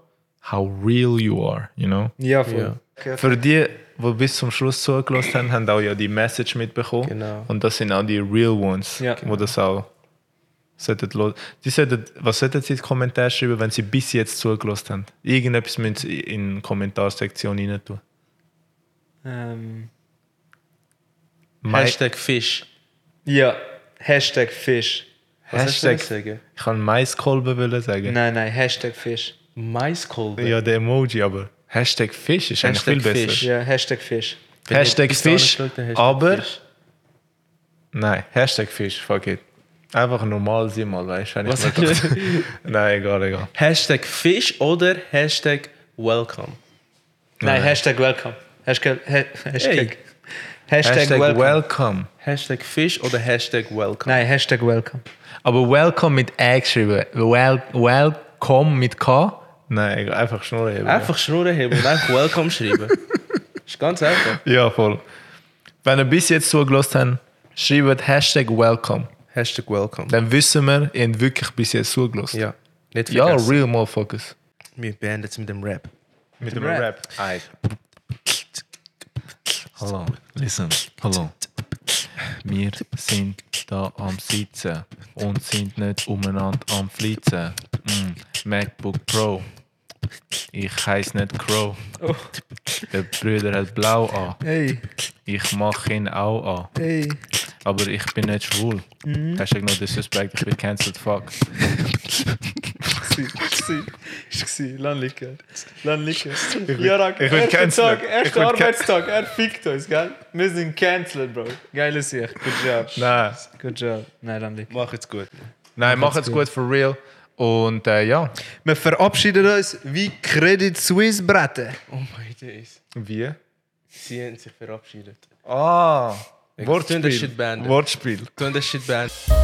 Speaker 3: how real you are, you know?
Speaker 1: Ja, voll.
Speaker 2: Ja.
Speaker 1: Okay.
Speaker 3: Für die, die bis zum Schluss zugelassen haben, haben auch ja die Message mitbekommen.
Speaker 2: Genau.
Speaker 3: Und das sind auch die real ones,
Speaker 1: Ja.
Speaker 3: wo das auch sollten lo- die sollten, was sollten sie in die Kommentare schreiben, wenn sie bis jetzt zugelassen haben? Irgendetwas müssen sie in die Kommentarsektion rein tun.
Speaker 1: Ähm,
Speaker 3: Mike-
Speaker 2: Hashtag Fisch.
Speaker 1: ja. Hashtag Fisch.
Speaker 2: Was
Speaker 3: Hashtag-
Speaker 2: Hashtag sagen?
Speaker 3: Ich kann Maiskolben wollen sagen.
Speaker 1: Nein, nein, Hashtag Fisch.
Speaker 2: Maiskolben.
Speaker 3: Ja, der Emoji, aber Hashtag Fisch ist
Speaker 2: Hashtag
Speaker 3: eigentlich viel besser.
Speaker 2: Fisch.
Speaker 1: Ja, Hashtag Fisch.
Speaker 2: Wenn ihr
Speaker 3: Hashtag
Speaker 2: bis dahin
Speaker 3: Fisch,
Speaker 2: geschaut habt, Hashtag
Speaker 3: aber-
Speaker 2: Fisch.
Speaker 3: Nein, Hashtag Fisch, fuck it. Einfach normal sein mal, weißt du? wenn ich
Speaker 2: Was?
Speaker 3: mir das- Nein, egal, egal.
Speaker 2: Hashtag Fisch oder Hashtag Welcome.
Speaker 1: Nein, Hashtag Welcome. Hashtag, ha Hashtag, Hashtag,
Speaker 2: Hashtag
Speaker 1: welcome.
Speaker 3: welcome.
Speaker 2: Hashtag Fisch oder Hashtag Welcome?
Speaker 1: Nein, Hashtag welcome.
Speaker 3: Aber welcome mit Ä geschrieben. Wel welcome mit K? Nein, egal, einfach schnurren. eben.
Speaker 2: Einfach Schnurren heben und einfach Welcome schreiben. Ist ganz einfach.
Speaker 3: Ja, voll. Wenn ihr bis jetzt zugelassen habt, schreibt Hashtag welcome.
Speaker 2: Hashtag Welcome.
Speaker 3: Dann wissen wir, ihr habt wirklich bis jetzt zugelassen.
Speaker 2: Ja. Nicht
Speaker 3: ja
Speaker 2: vergessen.
Speaker 3: real motherfuckers.
Speaker 2: Wir beenden es mit dem Rap.
Speaker 3: Mit
Speaker 1: dem Rap.
Speaker 3: Aye. Hallo, listen, hallo. Wir sind da am Sitzen und sind nicht umeinander am Flitzen. Mm, MacBook Pro. Ich heiß nicht Crow.
Speaker 1: Oh.
Speaker 3: Der Brüder hat blau an.
Speaker 1: Hey,
Speaker 3: Ich mach ihn auch an.
Speaker 1: hey. Mhm.
Speaker 3: Aber ich bin nicht schwul. Hashtag no disrespect, ich bin cancelled, fuck.
Speaker 1: Lass liegen. Lass liegen.
Speaker 3: bin- Jarak, ich bin erster cancelled. Tag, erster Ich bin can-
Speaker 1: Arbeitstag. Er fickt uns, gell? Wir sind cancelled, Bro. Geiles Sicht. Good job.
Speaker 3: Nein.
Speaker 1: Good job. Nein, lass liegen.
Speaker 2: Mach jetzt gut.
Speaker 3: Nein, mach es gut, for real. Und äh, ja.
Speaker 1: Wir verabschieden uns wie Credit Suisse Bretten.
Speaker 2: Oh my days.
Speaker 3: Wie?
Speaker 2: Sie haben sich verabschiedet.
Speaker 3: Ah,
Speaker 2: Tun das Shit beenden.
Speaker 3: Wortspiel.
Speaker 2: Tun das Shit beenden.